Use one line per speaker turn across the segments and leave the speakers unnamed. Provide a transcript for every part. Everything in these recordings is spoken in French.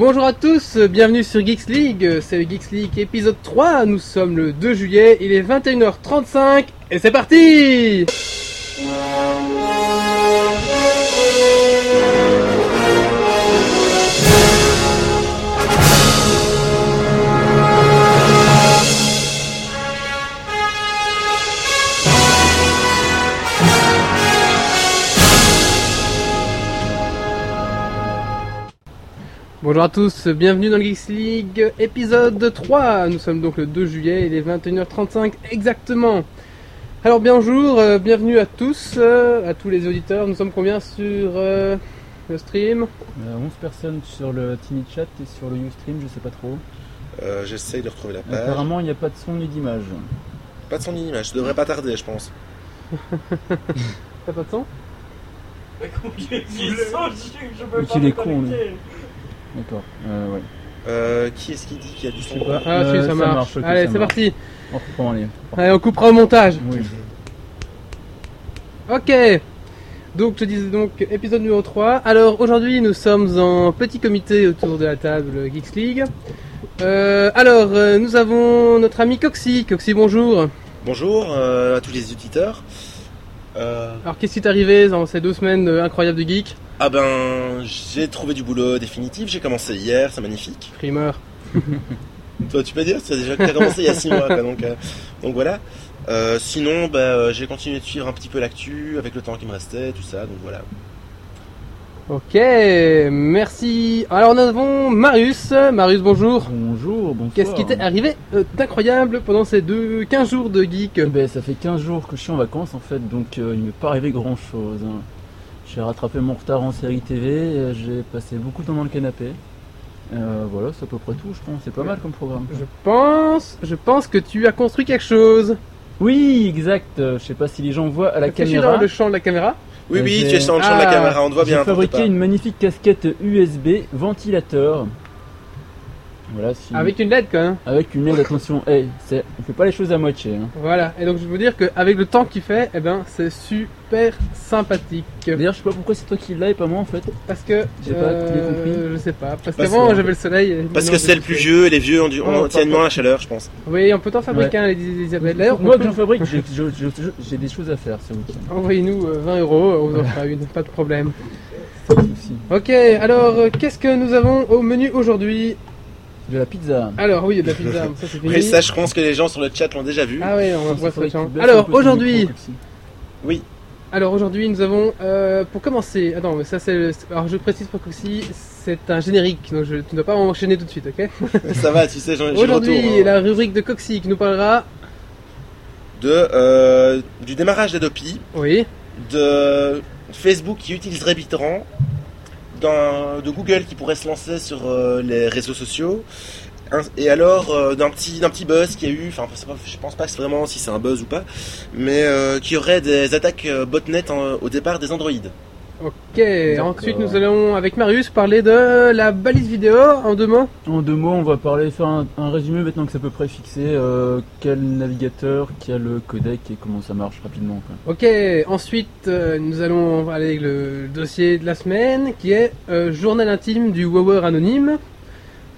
Bonjour à tous, euh, bienvenue sur Geeks League, euh, c'est le Geeks League épisode 3, nous sommes le 2 juillet, il est 21h35 et c'est parti Bonjour à tous, euh, bienvenue dans le Geeks League euh, épisode 3, nous sommes donc le 2 juillet, il est 21h35 exactement. Alors bonjour, euh, bienvenue à tous, euh, à tous les auditeurs, nous sommes combien sur euh, le stream
On a 11 Euh, personnes sur le Timid Chat et sur le Ustream, je sais pas trop.
Euh, J'essaye de retrouver la page.
Apparemment, il n'y a pas de son ni d'image.
Pas de son ni d'image, je devrais pas tarder, je pense.
T'as pas de son
Mais qu'il est con, D'accord. Euh, ouais.
Euh, qui est-ce qui dit qu'il y a du son
Je sais pas.
Ah
Euh,
si, ça
ça
marche,
marche, ok,
allez
ça
c'est
marche.
parti,
On reprend, allez.
allez on coupera au montage
Oui.
Ok Donc je disais donc épisode numéro 3. Alors aujourd'hui nous sommes en petit comité autour de la table Geeks League. Euh, alors euh, nous avons notre ami Coxy. Coxy bonjour.
Bonjour euh, à tous les auditeurs. Euh,
Alors qu'est-ce qui t'est arrivé dans ces deux semaines euh, incroyables de geek
ah ben, j'ai trouvé du boulot définitif, j'ai commencé hier, c'est magnifique.
Primeur.
Toi, tu peux dire, c'est déjà t'as commencé il y a 6 mois, quoi, donc, euh, donc voilà. Euh, sinon, bah, euh, j'ai continué de suivre un petit peu l'actu avec le temps qui me restait, tout ça, donc voilà.
Ok, merci. Alors nous avons Marius. Marius bonjour.
Bonjour, bonsoir.
Qu'est-ce qui t'est arrivé euh, d'incroyable pendant ces deux 15 jours de geek
Eh ben, Ça fait 15 jours que je suis en vacances en fait, donc euh, il ne m'est pas arrivé grand chose. J'ai rattrapé mon retard en série TV, euh, j'ai passé beaucoup de temps dans le canapé. Euh, voilà, c'est à peu près tout, je pense. C'est pas mal comme programme.
Je pense, je pense que tu as construit quelque chose.
Oui, exact. Euh, Je sais pas si les gens voient à la
Réfléchis
caméra.
dans le champ de la caméra.
Oui,
Euh,
oui,
j'ai-
tu es sur le champ de
Ah,
la caméra, on te voit bien.
J'ai
t'en fais
fabriqué
pas.
une magnifique casquette USB ventilateur. Voilà, si-
Avec une LED quand même.
avec une aide, attention, hey, c'est- on fait pas les choses à moitié. hein.
Voilà, et donc je veux dire qu'avec le temps qu'il fait, eh ben, c'est super sympathique.
D'ailleurs, je sais pas pourquoi c'est toi qui l'as et pas moi en fait.
Parce que. euh,
J'ai pas compris.
Je sais pas. Parce
Parce
qu'avant
que-
j'avais le soleil. et
Parce que
maintenant,
c'est
j'ai
le plus vieux, et les vieux ont, du, ont
Oh,
tiennent moins la chaleur, je pense.
Oui, on peut t'en fabriquer un, les Elisabeth. D'ailleurs, on
moi
peut-
que j'en fabrique, j'ai- je- je- je- j'ai des choses à faire ce week-end.
envoyez-nous euh, 20 euros, on vous en fera une, pas de problème.
Pas de souci.
Ok, alors euh, qu'est-ce que nous avons au menu aujourd'hui
De la pizza.
Alors, oui, il y a de la pizza, ça c'est fini.
Oui, ça, je pense que les gens sur le chat l'ont déjà vu.
Ah ouais, on va
Ça, ça
voir
faudrait
ce
que tu
champ.
baisses un
Alors
peu ton
aujourd'hui,
micro, Coxy.
Alors aujourd'hui, nous avons, euh, pour commencer, attends, mais ça c'est, le- alors je précise pour Coxy, c'est un générique, donc je, tu ne dois pas enchaîner tout de suite, ok
Ça va, tu sais, j'ai j'ai le retour.
Aujourd'hui,
hein.
la rubrique de Coxy qui nous parlera,
De, euh, du démarrage d'Adopi,
oui,
de Facebook qui utiliserait Bitran, d'un- de Google qui pourrait se lancer sur euh, les réseaux sociaux, un- et alors euh, d'un petit, d'un petit buzz qui a eu, enfin c'est pas- je pense pas que c'est vraiment si c'est un buzz ou pas, mais euh, qui aurait des attaques euh, botnet en- au départ des Android.
ok. Ensuite, nous
ouais.
allons avec Marius parler de la balise vidéo en deux mots.
En deux mots, on va parler, faire un, un résumé maintenant que c'est à peu près fixé. euh, quel navigateur, quel codec et comment ça marche rapidement. quoi.
Ok. Ensuite, euh, nous allons aller avec le dossier de la semaine qui est euh, journal intime du Wower anonyme.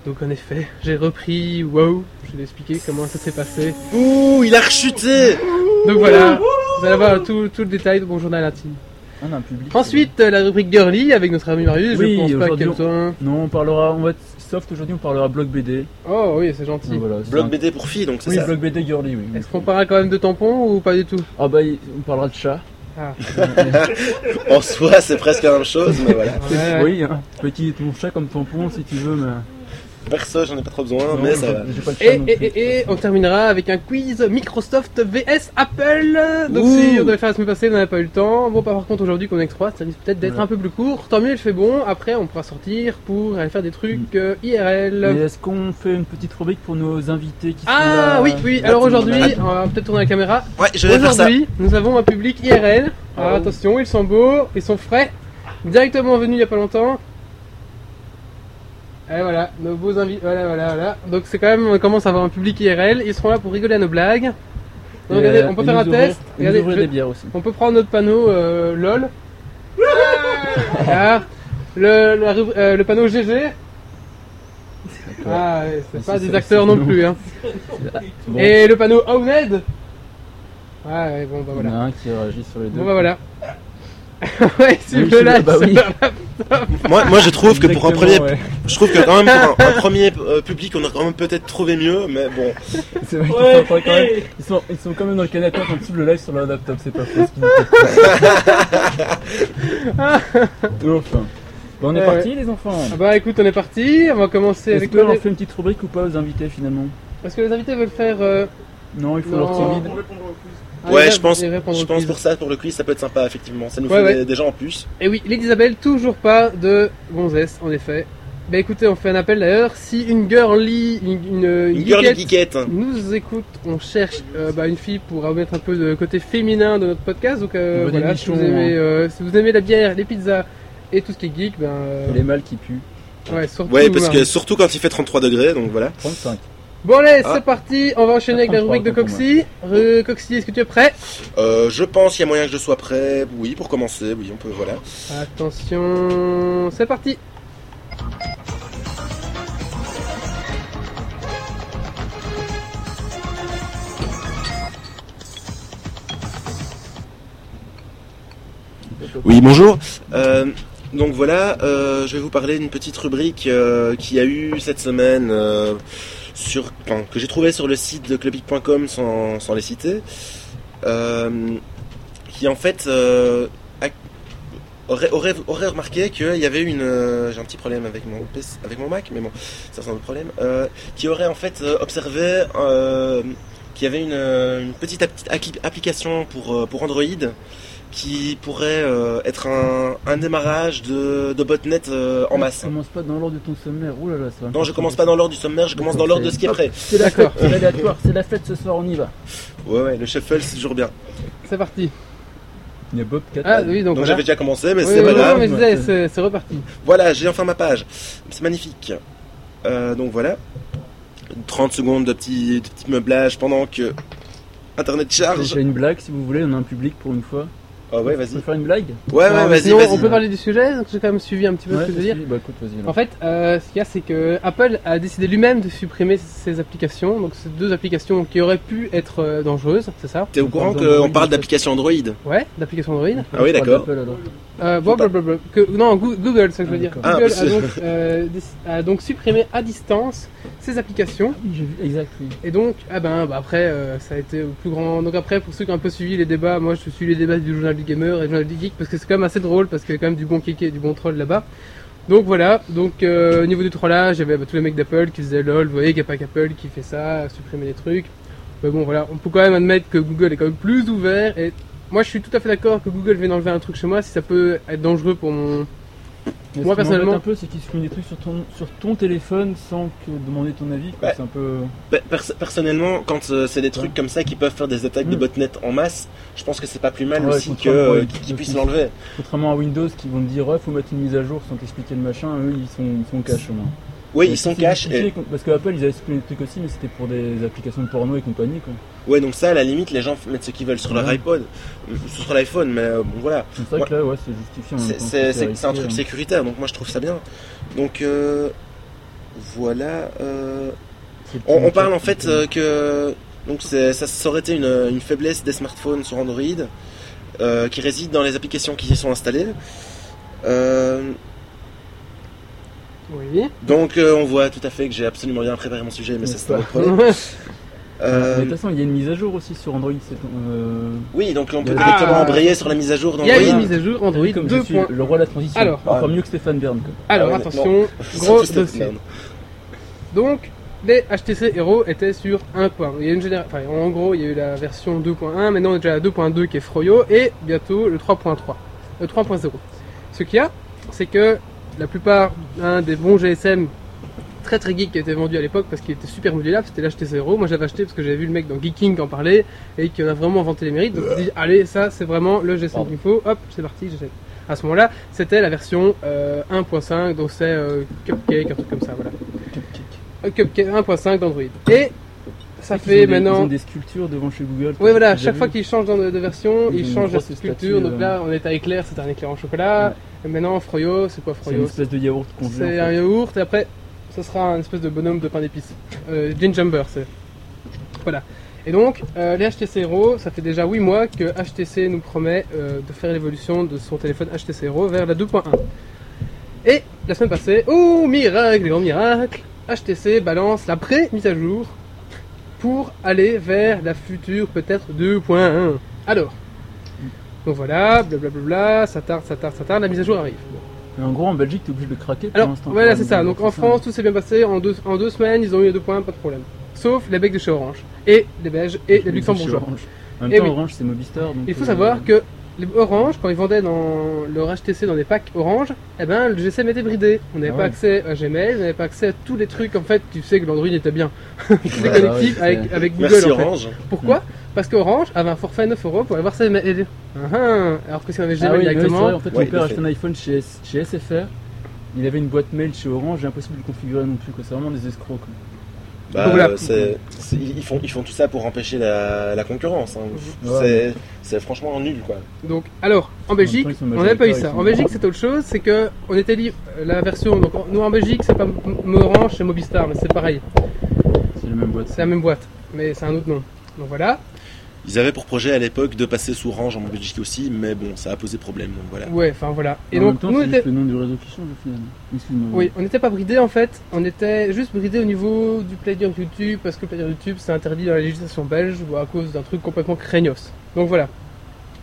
Donc en effet, j'ai repris Wow. Je vais expliquer comment ça s'est passé.
Ouh, il a rechuté
Donc voilà, vous allez avoir tout, tout le détail de mon journal intime.
Ah, on a un public.
Ensuite, euh, la rubrique Girly avec notre ami Marius.
Oui,
je pense pas
aujourd'hui,
qu'elle soit un-
Non, on parlera, on va être soft aujourd'hui, on parlera blog BD.
Oh oui, c'est gentil.
Donc voilà, c'est
Blog
un-
BD pour filles, donc c'est
Oui, bah-
ça.
blog BD girly, oui.
Est-ce qu'on parlera quand même de tampons ou pas du tout
Ah bah, il- on parlera de chat.
Ah.
En soi, c'est presque la même chose, mais voilà.
Ouais, ouais.
Oui, hein. petit mon chat comme tampon si tu veux, mais.
Perso, j'en ai pas trop besoin,
Non, bah-
mais
j'ai
ça
pas-
va.
j'ai pas le chat
Et,
non plus.
et, et, et on terminera avec un quiz Microsoft vs Apple. Donc
Ouh.
si on devait faire la semaine passée, on n'avait pas eu le temps. Bon, par contre, aujourd'hui qu'on est que trois, ça risque peut-être d'être
Ouais.
un peu plus court. Tant mieux, il fait bon. Après, on pourra sortir pour aller faire des trucs
Mm.
euh, IRL.
Mais est-ce qu'on fait une petite rubrique pour nos invités qui sont
Ah
là
oui, oui. Alors
tout le monde
aujourd'hui,
est
on va peut-être tourner la caméra.
Ouais, je vais faire ça.
Aujourd'hui, nous avons un public IRL. Alors,
Oh.
attention, ils sont beaux, ils sont frais, directement venus il n'y a pas longtemps. Et voilà, nos beaux invités. Voilà, voilà, voilà. Donc, c'est quand même, on commence à avoir un public IRL. Ils seront là pour rigoler à nos blagues.
Et,
Donc, regardez,
euh,
on peut
et
faire
nous
un
ouvrir-
test.
et nous
Regardez,
ouvrir
je-
des bières aussi.
on peut prendre notre panneau euh, LOL. Voilà. le, la rub- euh, le panneau GG. Ah, ouais, c'est
Mais
pas
c'est-
des
c'est-
acteurs
c'est-
non plus. Hein.
Bon,
Et le panneau Owned Ouais, ouais, bon, bah
il y en
voilà.
a un qui réagit sur les deux.
Bon, bah voilà. ouais, si
Oui,
je
je-
lâche,
bah oui.
ça va.
Moi, moi, je trouve que pour un premier,
Exactement, ouais.
je trouve que quand même pour un, un premier euh, public, on aurait quand même peut-être trouvé mieux, mais bon.
C'est vrai qu'ils
Ouais,
sont encore quand même-
hey.
Ils sont, ils sont quand même dans le canapé quand tu le live sur leur laptop, c'est pas possible. enfin. hein. Bon, on est
Ouais,
parti les enfants.
Ah bah écoute, on est parti. On va commencer
Est-ce
avec
qu'on
quoi
fait une petite rubrique ou pas aux invités finalement
Parce que les invités veulent faire. euh,
Non, il faut
Non.
leur
Oh.
timide.
Pour répondre au quiz.
un
Ouais,
ré-
je pense,
des répondre
je
au
pense
quiz.
pour ça, pour le quiz, ça peut être sympa, effectivement. Ça nous
Ouais,
fait
ouais.
Des, des gens en plus.
Et Eh oui, l'Elisabeth, toujours pas de gonzesse, en effet. Bah écoutez, on fait un appel d'ailleurs. Si une girly, une, une,
Une girly
geekette
geekette.
nous écoute, on cherche euh, bah, une fille pour mettre un peu de côté féminin de notre podcast. Donc euh,
Un peu
voilà,
des
si
bichons,
vous, aimez, euh, si vous aimez la bière, les pizzas et tout ce qui est geek, ben euh,
Les mâles qui puent.
ouais, surtout.
Ouais, parce
hein.
que surtout quand il fait 33 degrés, donc voilà.
35.
Bon allez,
Ah.
c'est parti. On va enchaîner avec la rubrique de
Attends,
Coxy. Re- Coxy, est-ce que tu es prêt
Euh, je pense qu'il y a moyen que je sois prêt. Oui, pour commencer, oui, on peut, voilà.
Attention, c'est parti.
Oui, bonjour. Euh, donc voilà, euh, je vais vous parler d'une petite rubrique euh, qu'il y a eu cette semaine euh, sur, enfin, que j'ai trouvée sur le site de clubic.com sans, sans les citer, euh, qui en fait euh, a- aurait, aurait, aurait remarqué qu'il y avait une... euh, j'ai un petit problème avec mon, PC avec mon Mac, mais bon, ça c'est un autre problème, euh, qui aurait en fait euh, observé euh, qu'il y avait une, euh, une petite app- appli- application pour, euh, pour Android qui pourrait euh, être un, un démarrage de, de botnet euh, en masse.
Commence pas dans l'ordre de ton sommaire. Ouh là là, ça va me
Non, je
faire
commence
chier.
pas dans l'ordre du sommaire, je commence dans l'ordre de ce qui est prêt.
C'est la
D'accord.
fête, c'est aléatoire, c'est la fête ce soir, on y va.
Ouais, ouais, le shuffle, c'est toujours bien.
C'est parti.
Il y a Bob 4.
Ah oui, donc,
Euh, Donc
voilà.
j'avais déjà commencé, mais
Oui,
c'est
oui,
pas
oui,
grave.
mais je disais, c'est c'est reparti.
Voilà, j'ai enfin ma page. C'est magnifique. Euh, donc voilà. 30 secondes de petit, de petit meublage pendant que Internet charge.
J'ai une blague si vous voulez, on a un public pour une fois.
Ah ouais,
Tu
vas-y.
veux faire une blague
Ouais,
Alors,
ouais, vas-y,
sinon, on
vas-y.
peut parler du sujet, donc j'ai quand même suivi un petit peu ce que je veux
vas-y,
dire.
Bah écoute, vas-y. alors.
En fait, euh, ce qu'il y a, c'est que Apple a décidé lui-même de supprimer ces applications, donc ces deux applications qui auraient pu être euh, dangereuses, c'est ça
T'es au
on
courant
parle d'Android,
qu'on
en
parle
fait.
d'application Android
Ouais, d'applications Android.
On
Ah
parle
oui, d'accord.
d'Apple, alors.
Euh, bon,
Pas-
blablabla, que- non, Goo- Google, c'est ça que je veux
Ah,
dire.
d'accord.
Ah,
Google
parce
a
que-
donc, euh, déc- a donc supprimé à distance ces applications.
Oui, j'ai vu, exact, oui.
Et donc, ah ben, bah après, euh, ça a été au plus grand. Donc après, pour ceux qui ont un peu suivi les débats, moi je suis les débats du journal du gamer et du journal du geek parce que c'est quand même assez drôle parce qu'il y a quand même du bon kick et du bon troll là-bas. Donc voilà. Donc euh, au niveau du trollage, j'avais tous les mecs d'Apple qui faisaient lol, vous voyez qu'il n'y a pas qu'Apple qui fait ça, supprimer les trucs. Mais bon voilà, on peut quand même admettre que Google est quand même plus ouvert et moi je suis tout à fait d'accord que Google vienne enlever un truc chez moi si ça peut être dangereux pour mon.
Mais
Moi,
ce qui m'embête
personnellement-
un peu, c'est qu'ils se font des trucs sur ton, sur ton téléphone sans que demander ton avis. quoi.
Ouais.
C'est un peu.
Pe- pers- Personnellement, quand euh, c'est des trucs
Ouais.
comme ça qui peuvent faire des attaques de
Mm.
botnet en masse, je pense que c'est pas plus mal
Ouais,
aussi
contre-
que euh,
ouais,
qu'ils
de
puissent
fou.
l'enlever.
Contrairement à Windows qui vont te dire ouais, faut mettre une mise à jour sans t'expliquer le machin, eux ils sont, ils sont cash au moins.
Oui,
Mais
ils sont
si-
cash.
si-
et-
Parce que Apple ils avaient supprimé des trucs aussi, mais c'était pour des applications de porno et compagnie quoi.
Ouais, donc ça, à la limite, les gens f- mettent ce qu'ils veulent sur leur
Ouais.
iPod, euh, sur l'iPhone, mais euh, bon, voilà.
C'est ça que là ouais, c'est
Mm,
justifié. en même
C'est-
temps,
C'est
sécurisé,
c'est- c'est un truc
hein.
sécuritaire, donc moi je trouve ça bien. Donc euh, voilà. euh,
hein. C'est
on, on
petit-
parle en fait euh, que donc c'est- ça, ça aurait été une, une faiblesse des smartphones sur Android euh, qui réside dans les applications qui y sont installées. Euh,
Oui.
donc euh, on voit tout à fait que j'ai absolument rien préparé mon sujet, mais ça c'est un autre
Ah,
problème.
Mais de toute
Euh,
façon, il y a une mise à jour aussi sur Android. C'est euh...
oui, donc on peut
Ah.
directement embrayer sur la mise à jour
Il y a
d'Android.
une mise à jour Android
T'as vu comme je
2.
suis le roi de la transition.
Alors.
encore mieux que Stéphane Bern. quoi.
Alors
Ah ouais,
attention,
Surtout
gros
cette
dossier.
merde.
Donc, les HTC Hero étaient sur 1.1. Il y a une généra- enfin, en gros, il y a eu la version 2.1, maintenant on est déjà à 2.2 qui est Froyo, et bientôt le 3.3, le 3.0. Ce qu'il y a, c'est que la plupart hein, des bons GSM très très geek qui étaient vendus à l'époque parce qu'il était super modulable, c'était l'HTC Hero. Moi j'avais acheté parce que j'avais vu le mec dans Geeking en parler et qui en a vraiment vanté les mérites. Donc je me dis, allez, ça c'est vraiment le GSM
Pardon.
qu'il me faut. Hop, c'est parti, j'achète. À ce moment-là, c'était la version euh, 1.5, donc c'est euh, Cupcake, un truc comme ça, voilà. Un Cupcake 1.5 d'Android. Et ça
Ils ont
fait
des- Ils ont
maintenant.
des sculptures devant chez Google.
Oui, voilà, à
J'ai
chaque
vu.
fois qu'ils changent dans- de, de version,
Ils ont
ils
une
changent la
grosse
sculpture.
statue,
Donc
euh,
là, on est à éclair, c'était un éclair en chocolat. Et maintenant, Froyo, c'est quoi
C'est une
Froyo
espèce de yaourt
C'est un
congelé.
yaourt, et après, ce sera un espèce de bonhomme de pain d'épices. Euh, Jane Jumper, c'est. Voilà. Et donc, euh, les HTC Hero, ça fait déjà 8 mois que HTC nous promet euh, de faire l'évolution de son téléphone HTC Hero vers la 2.1. Et la semaine passée, oh miracle, grand miracle, HTC balance la pré-mise à jour pour aller vers la future peut-être 2.1. Alors, donc voilà, blablabla, ça tarde, ça tarde, ça tarde, la mise à jour arrive.
Mais en gros, en Belgique, t'es obligé de craquer pour
Alors,
l'instant.
voilà,
quand
c'est
même,
ça. Donc en France, tout s'est bien passé. En deux, en deux semaines, ils ont eu les deux points, pas de problème. Sauf les Belges de chez Orange. Et les Belges et les
Oui,
Luxembourgeois.
chez Orange. En
Eh
même temps,
oui.
Orange, c'est Mobistar. donc,
Il faut
euh,
savoir que les Orange, quand ils vendaient dans leur HTC dans des packs Orange, eh ben, le GSM était bridé. On n'avait
Ah
pas
ouais.
accès à Gmail, on n'avait pas accès à tous les trucs en fait qui faisaient que l'Android était bien. C'était
Bah,
connectif
ouais,
avec,
c'est-
avec Google
Merci
en fait.
Orange.
Pourquoi Parce qu'Orange avait un forfait à 9 euros pour avoir ses mails. Ah, ah. Alors que si on avait
Ah
Gmail
oui, oui, c'est
directement,
vrai, en fait,
Ouais,
mon père
il
a
fait.
acheté un iPhone chez, chez SFR. Il avait une boîte mail chez Orange, et impossible de le configurer non plus. quoi. C'est vraiment des escrocs. quoi.
Bah,
Donc, voilà.
euh, c'est- c'est- ils, ils font, ils font tout ça pour empêcher la, la concurrence. hein.
Ouais.
C'est- C'est franchement nul quoi.
Donc, alors, en Belgique,
En même temps, ils sont
on n'avait pas eu
majoritaires,
ça.
ils
En
sont-
Belgique, c'est autre chose, c'est que on était libre. La version, donc en- nous en Belgique, c'est pas M- M- Orange, c'est Mobistar, mais c'est pareil,
C'est la même boîte.
c'est la même boîte, mais c'est un autre nom. Donc voilà.
Ils avaient pour projet à l'époque de passer sous Orange en Belgique aussi, mais bon, ça a posé problème. Donc voilà.
Ouais, enfin voilà. Et
en
donc,
même temps,
nous, on
c'est
était,
juste le nom du réseau qui change au final. Excuse-moi.
oui, on n'était pas bridé en fait. On était juste bridé au niveau du player YouTube parce que le player YouTube, c'est interdit dans la législation belge ou à cause d'un truc complètement craignos. Donc voilà.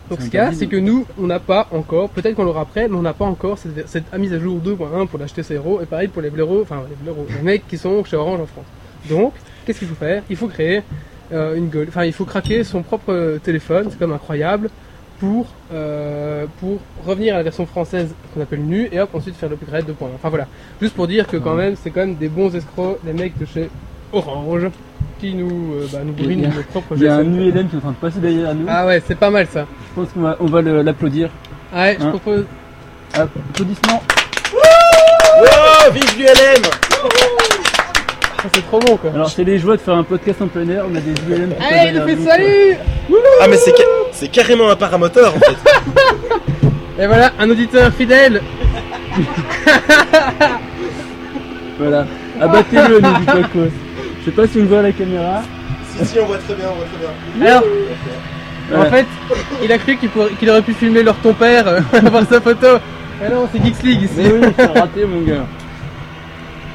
Donc
C'est
ce qu'il y a,
interdit,
c'est
non
que nous, on n'a pas encore, peut-être qu'on l'aura après, mais on n'a pas encore cette, cette mise à jour 2.1 pour l'acheter Hero et pareil pour les blaireaux, enfin les blaireaux, les mecs qui sont chez Orange en France. Donc, qu'est-ce qu'il faut faire Il faut créer euh, une gueule, enfin il faut craquer son propre téléphone, c'est comme incroyable, pour, euh, pour revenir à la version française qu'on appelle NU et hop, ensuite faire l'upgrade 2.1. Enfin voilà, juste pour dire que quand
Ouais.
même, c'est quand même des bons escrocs, les mecs de chez Orange, qui nous, euh, bah, nous
Il y a-
brinent nos propres
Il y a un
GSM.
ULM qui est en train de passer derrière nous.
Ah ouais, c'est pas mal ça. Ah
Je pense qu'on va, on va le- l'applaudir.
Ouais, je
Hein.
propose.
Applaudissements.
Oh, vive l'ULM
Ça, c'est trop bon quoi.
Alors, c'est les joies de faire un podcast en plein air. On a des ULM
Allez,
qui passent
Ah il fait
derrière nous,
salut
Ah mais c'est ca- c'est carrément un paramoteur en fait.
Et voilà, un auditeur fidèle
quoi. Voilà. Abattez-le, ne dites pas quoi. Je sais pas si on voit la caméra.
si si, on voit très bien, on voit très bien.
Alors, en
Voilà.
fait, il a cru qu'il pourrait- qu'il aurait pu filmer leur ton père, euh, avoir sa photo. Mais non, c'est Geeks League ici.
Mais oui, t'as raté, mon gars.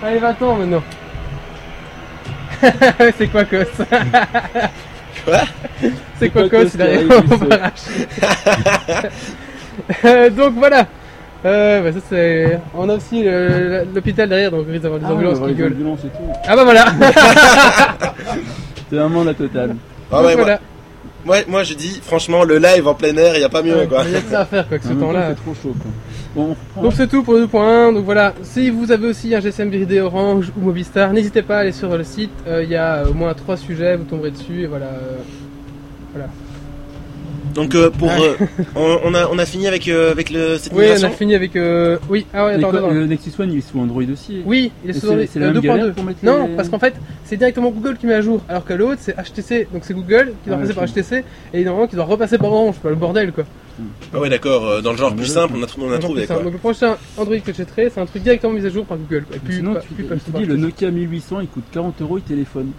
Allez, 20 ans maintenant. c'est quoi Cos
Quoi
C'est quoi
quoi, Cos,
Cos Il arrive
qui arrive,
au
c'est-
barrage. Euh, Donc voilà. Euh, bah, ça, c'est- On a aussi euh, l'hôpital derrière, donc il risque d'avoir des
Ah, on va
ambulances
voir
qui
les
gueulent.
ambulances et tout.
Ah bah voilà.
C'est vraiment la totale.
Ah ouais,
voilà.
moi, moi, moi, je dis franchement le live en plein air, il y a pas mieux quoi.
Il y a que ça à faire quoi, que
En
ce
même temps,
temps-là.
Ah, C'est trop chaud, quoi. Bon, on reprend.
Donc c'est tout pour le 2.1. Donc voilà, si vous avez aussi un GSM bridé Orange ou Mobistar, n'hésitez pas à aller sur le site. Euh, Il y a au moins trois sujets, vous tomberez dessus. Et voilà. euh,
Donc euh, pour euh, on, on a on a fini avec euh, avec le cette
Oui, on
migration.
a fini avec. euh, Oui, ah ouais,
Mais
attends,
quoi,
attends.
le euh, Nexus One, il est sous Android aussi.
Oui, il
Et
est
c'est-
sur le-
c'est la
le
même galère
2.2.
pour mettre
Non,
les-
parce qu'en fait, c'est directement Google qui met à jour, alors que l'autre c'est HTC, donc c'est Google qui doit
Ah,
passer
ok.
par HTC et normalement qui doit repasser par Orange, pas le bordel quoi.
Ah ouais d'accord, euh, dans le genre
Mais
plus
le-
simple, on a, trou- on a
Donc,
trouvé
c'est ça.
quoi.
Donc le prochain Android que j'achèterai, c'est un truc directement mis à jour par Google. quoi. Et puis,
Sinon,
pas-
tu,
puis
il
pas-
te dit le Nokia 1800, il coûte 40 euros, il téléphone.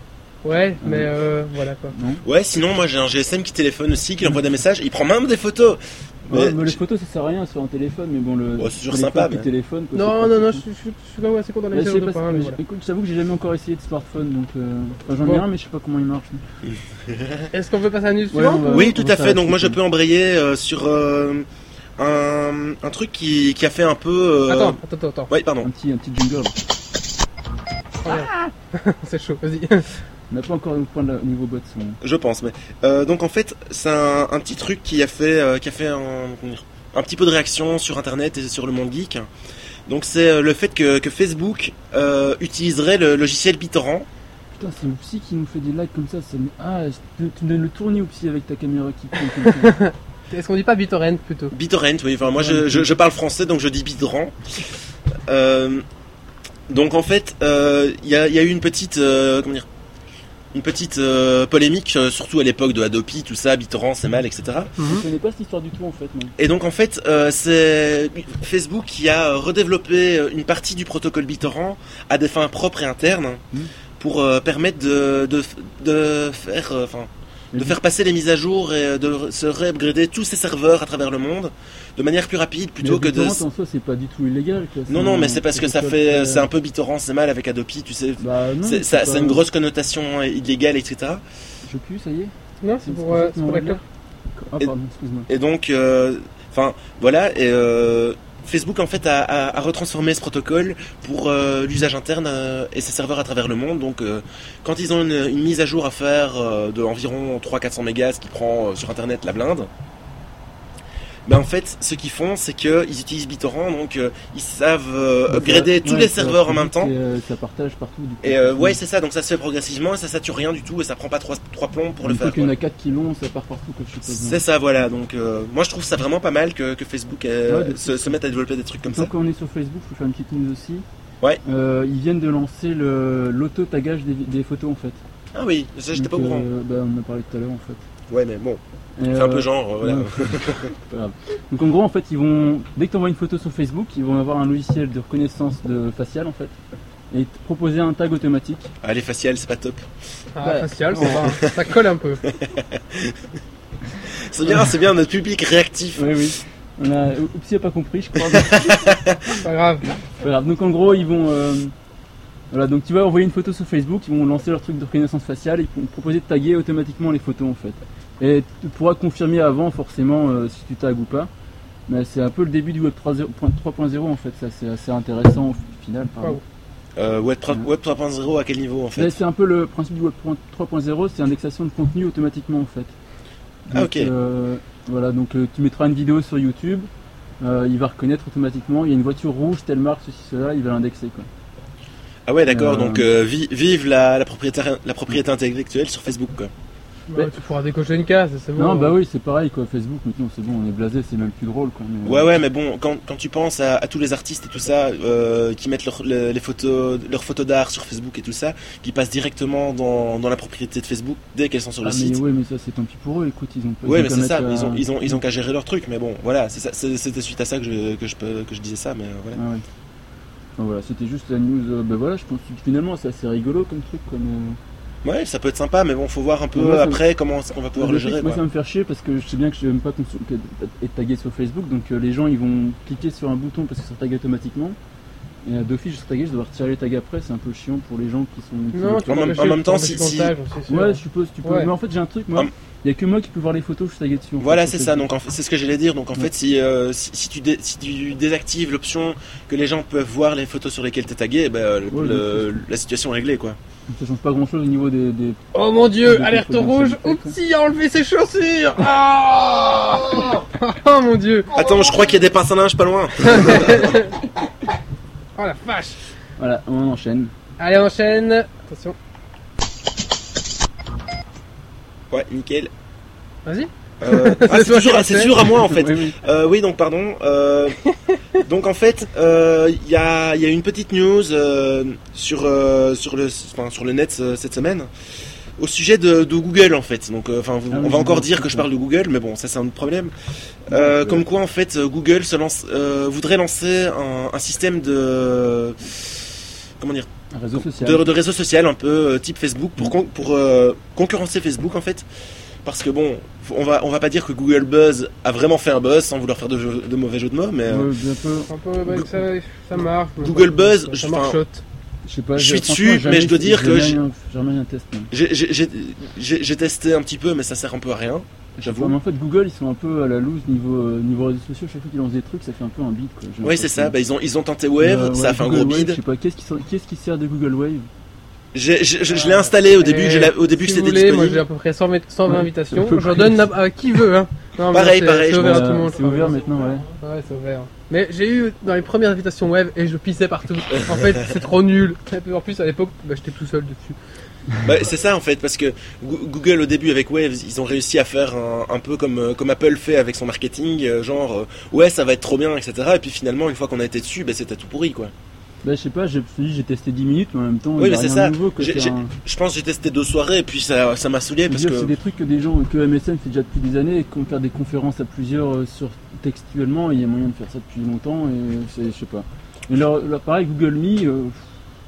Ouais,
Ah,
mais euh, voilà quoi.
Ouais, sinon moi j'ai un GSM qui téléphone aussi, qui envoie des messages, il prend même des photos. Mais
Ouais, mais les
je-
photos, ça sert à rien sur un téléphone, mais bon, le.
Ouais, c'est toujours
téléphone
sympa,
qui
mais-
téléphone. quoi,
Non,
c'est
non,
pratique.
non, je, je- je suis quand même assez content
Ouais,
d'aller
je
sur
sais
le
pas,
2.1, mais
mais
voilà.
Écoute, j'avoue que j'ai jamais encore essayé de smartphone, donc euh, enfin, j'en ai
Bon.
un, mais je sais pas comment il marche.
Est-ce qu'on veut passer à la news
Ouais, on
suivante
va-
oui, tout
on va
à
faire
fait.
la
Donc moi je
suite.
peux embrayer euh, sur euh, un, un truc qui, qui a fait un peu euh,
Attends, attends, attends,
Ouais, pardon.
Un petit, un petit jingle.
c'est chaud, vas-y.
On n'a pas encore le point de la- au niveau hein. bot. son.
Je pense, mais euh, donc en fait, c'est un, un petit truc qui a fait, euh, qui a fait un, comment dire, un petit peu de réaction sur Internet et sur le monde geek. Donc c'est euh, le fait que, que Facebook euh, utiliserait le logiciel BitTorrent.
Putain, c'est Oupsi qui nous fait des likes comme ça. ça me- Ah, tu, tu me donnes le tournis Oupsi avec ta caméra qui prend comme ça.
Est-ce qu'on dit pas BitTorrent plutôt
BitTorrent, oui. Enfin, moi, je, je- je parle français, donc je dis BitTorrent. Euh, donc en fait, euh, il y, a, il y a eu une petite, euh, comment dire, une petite euh, polémique, euh, surtout à l'époque de Adopi, tout ça, Bittorrent, c'est mal, etc.
Je connais pas cette histoire du tout en fait. non.
Et donc en fait, euh, c'est Facebook qui a redéveloppé euh, une partie du protocole BitTorrent à des fins propres et internes
Mhm.
pour euh, permettre de, de, de faire, euh, enfin, de
Mhm.
faire passer les mises à jour et euh, de se réupgrader tous ces serveurs à travers le monde de manière plus rapide plutôt
Mais
que de.
Bittorrent, en soi, c'est pas du tout illégal. quoi.
Non, non, mais c'est parce que ça
quelque
fait, euh,
chose de-
c'est un peu BitTorrent, c'est mal avec Adopi, tu sais.
euh, Bah non.
C'est ça-
pas-
c'est une grosse connotation illégale, etc.
Je pue, ça y est.
Non, c'est pour, euh, c'est pour la
classe.
clope.
Ah
Et-
pardon, excuse-moi.
Et donc, euh, enfin, voilà. Et euh, Facebook en fait a, a- a retransformé ce protocole pour euh, l'usage interne euh, et ses serveurs à travers le monde. Donc, euh, quand ils ont une, une mise à jour à faire euh, de environ 300-400 mégas, ce qui prend euh, sur Internet la blinde. Ben en fait, ce qu'ils font, c'est qu'ils utilisent BitTorrent, donc euh, ils savent euh, upgrader
Ouais,
tous
ouais,
les
ça
serveurs en
fait
même
vite
temps.
Et, euh, ça partage partout. Du coup.
Et euh, ouais, c'est ça, donc ça se fait progressivement, et ça sature rien du tout, et ça prend pas trois, trois plombs pour le
Une fois
faire.
qu'il y en
quoi.
a 4 qui l'ont, ça part partout que je suppose.
C'est ça, voilà. Donc, euh, moi, je trouve ça vraiment pas mal que, que Facebook euh,
Ouais, des-
se, se mette à développer des trucs comme ça.
Tant qu'on est sur Facebook, je peux faire une petite news aussi.
Ouais.
Euh, ils viennent de lancer le- l'auto-tagage des, des photos en fait.
Ah oui, ça, j'étais pas au
Donc,
courant.
euh, bah, on en a parlé tout à l'heure en fait.
Ouais, mais bon,
Et,
c'est
euh,
un peu genre, euh, voilà.
ouais. Pas grave. Donc en gros en fait ils vont dès que tu envoies une photo sur Facebook ils vont avoir un logiciel de reconnaissance de faciale en fait et te proposer un tag automatique.
Ah, les faciales, c'est pas top.
Ah,
Ouais.
facial, ça va. Ça colle un peu.
C'est bien, c'est bien, notre public réactif.
Oui oui. On a Oupsi a pas compris je crois. mais c'est
Pas grave.
pas grave. Donc en gros ils vont euh, voilà donc tu vas envoyer une photo sur Facebook ils vont lancer leur truc de reconnaissance faciale et ils vont te proposer de taguer automatiquement les photos en fait. Et tu pourras confirmer avant forcément euh, si tu tags ou pas. Mais c'est un peu le début du Web 3.0 3.0 en fait ça c'est assez intéressant au final. pardon.
Waouh.
Euh, Web 3 Web 3.0, à quel niveau, en
Mais
fait
C'est un peu le principe du Web 3.0, c'est indexation de contenu automatiquement en fait.
Ah, ok.
euh, voilà, donc euh, tu mettras une vidéo sur YouTube, euh, il va reconnaître automatiquement, il y a une voiture rouge, telle marque, ceci, cela, il va l'indexer. quoi.
Ah ouais, d'accord,
Euh,
donc euh, vi- vive la, la, propriété, la propriété intellectuelle sur Facebook, quoi.
Bah,
Mais-
tu pourras décocher une case, c'est
Oh.
bon.
Non, bah oui, c'est pareil quoi, Facebook, maintenant c'est bon, on est blasé, c'est même plus drôle quoi. mais- euh,
Ouais, ouais, mais bon, quand, quand tu penses à, à tous les artistes et tout ça, euh, qui mettent leurs- le- les photos, leurs photos d'art sur Facebook et tout ça, qui passent directement dans, dans la propriété de Facebook dès qu'elles sont sur
Ah,
le
mais
site.
ouais, mais ça c'est tant pis pour eux, écoute, ils ont pas ils
Ouais,
ont
mais
qu'à
c'est ça,
mettre,
ils ont,
euh,
ils ont, ils ont qu'à gérer leur truc, mais bon, voilà, c'est ça- c'est- c'était suite à ça que je, que je, peux- que je disais ça, mais euh, voilà.
Ah ouais. Bon, voilà, c'était juste la news. euh, bah voilà, je pense que finalement c'est assez rigolo comme truc. Comme, euh,
Ouais, ça peut être sympa, mais bon, faut voir un peu
Moi, ça me-
après comment est-ce qu'on va pouvoir
Ouais,
le
je sais Bah, que
gérer,
Moi,
quoi.
ça va me faire chier parce que je sais bien que je n'aime pas qu'on soit- que- être tagué sur Facebook. Donc, euh, les gens, ils vont cliquer sur un bouton parce qu'ils sont tagués automatiquement. Et à deux fiches, je suis tagué, je dois retirer les tags après. C'est un peu chiant pour les gens qui sont. qui-
Non, tu
En
vas
même-
empêcher
en
le
même temps,
empêcher
si-
le
si-
comptage, c'est sûr.
Ouais, je suppose, tu peux.
Ouais.
Mais en fait, j'ai un truc, moi.
Ah.
Il n'y a que moi qui peux voir les photos, je suis tagué dessus. en
Voilà,
fait,
c'est
sur
ça.
Facebook.
Donc en fait, c'est ce que j'allais dire. Donc en
Ouais.
fait, si, euh, si, si tu dé- si tu désactives l'option que les gens peuvent voir les photos sur lesquelles t'es tagué, eh ben, euh, le-
Ouais,
le- la situation est réglée, quoi.
Ça change pas grand chose au niveau des. des-
Oh mon dieu,
Des
alerte
photos
rouge,
dans cette
Oupsi a enlevé ses chaussures Ah Oh mon dieu
Attends, je crois qu'il y a des pinces à linge pas loin.
Oh la vache
Voilà, on enchaîne.
Allez, on enchaîne Attention,
Ouais, nickel.
vas-y
Euh, ah, c'est
toi
toujours,
qui
ah, c'est
l'as
toujours à moi en fait.
Oui, oui.
Euh, oui, donc pardon. Euh, donc en fait, euh, il y, a, il y a une petite news euh, sur, euh, sur, le, enfin, sur le net euh, cette semaine au sujet de, de Google en fait. Donc euh, enfin, vous-
Ah oui,
on va
oui,
encore
oui,
dire que
oui.
je parle de Google, mais bon, ça c'est un autre problème. Euh,
Ouais.
Comme quoi en fait, euh, Google se lance, euh, voudrait lancer un, un système de comment dire
Un réseau social. Mm.
de, de réseau social un peu euh, type Facebook pour, con- pour euh, concurrencer Facebook en fait. Parce que bon, faut- on va, on va pas dire que Google Buzz a vraiment fait un buzz sans vouloir faire de, jeu- de mauvais jeux de mots, mais euh,
Ouais, bien peu.
Un peu, bah, ça, ça marche.
Google Buzz,
ça
je-
marchotte.
Je sais pas.
Je
j'ai-
suis dessus,
franchement, jamais-
mais je dois dire que
jamais
j'ai-
rien- Jamais rien testé.
j'ai- j'ai- j'ai j'ai- j'ai testé un petit peu, mais ça sert un peu à rien,
Ouais,
j'avoue.
mais en fait, Google, ils sont un peu à la loose niveau, euh, niveau réseaux sociaux. Chaque fois qu'ils lancent des trucs, ça fait un peu un bid. quoi, j'ai
Oui, c'est
l'impression.
ça, bah, ils, ont, ils ont tenté Wave,
Euh,
ça
ouais,
a fait un
Google
gros
Wave, Je
bide.
sais pas, qu'est-ce qui, sort- qu'est-ce qui sert de Google Wave
J'ai- Je,
Ah.
je- je l'ai installé au début,
Et
que je
Eh,
l'ai- au début
Si
que
vous
c'était
voulez, moi j'ai à
disponible.
peu près 100 mét- 120
Ouais.
invitations.
Un peu
J'en
plus.
donne à, à qui veut. Hein. Non, mais
Pareil,
c'est-
pareil,
C'est
je
ouvert à
Euh,
tout le monde.
C'est ouvert maintenant, ouais.
Ouais, c'est ouvert. hein. Mais j'ai eu dans les premières invitations web et je pissais partout. En fait, c'est trop nul. En plus, à l'époque, bah, j'étais tout seul dessus.
Bah, c'est ça en fait, parce que Goo- Google au début avec Wave, ils ont réussi à faire un, un peu comme, euh, comme Apple fait avec son marketing, euh, genre euh, ouais ça va être trop bien, etc. Et puis finalement, une fois qu'on a été dessus, bah, c'était tout pourri quoi.
Bah, je sais pas, je me suis dit, j'ai testé 10 minutes, mais en même temps, il
Oui,
y a
mais
rien
c'est ça.
de nouveau. que
J'ai-
c'est
j'ai-
un-
Je pense que j'ai testé deux soirées et puis ça ça m'a saoulé
Je veux
parce
dire,
que
C'est des trucs que des gens, que MSN fait déjà depuis des années et qu'on faire des conférences à plusieurs euh, sur textuellement, il y a moyen de faire ça depuis longtemps et c'est, je sais pas. Et leur, leur- pareil, Google Me, euh,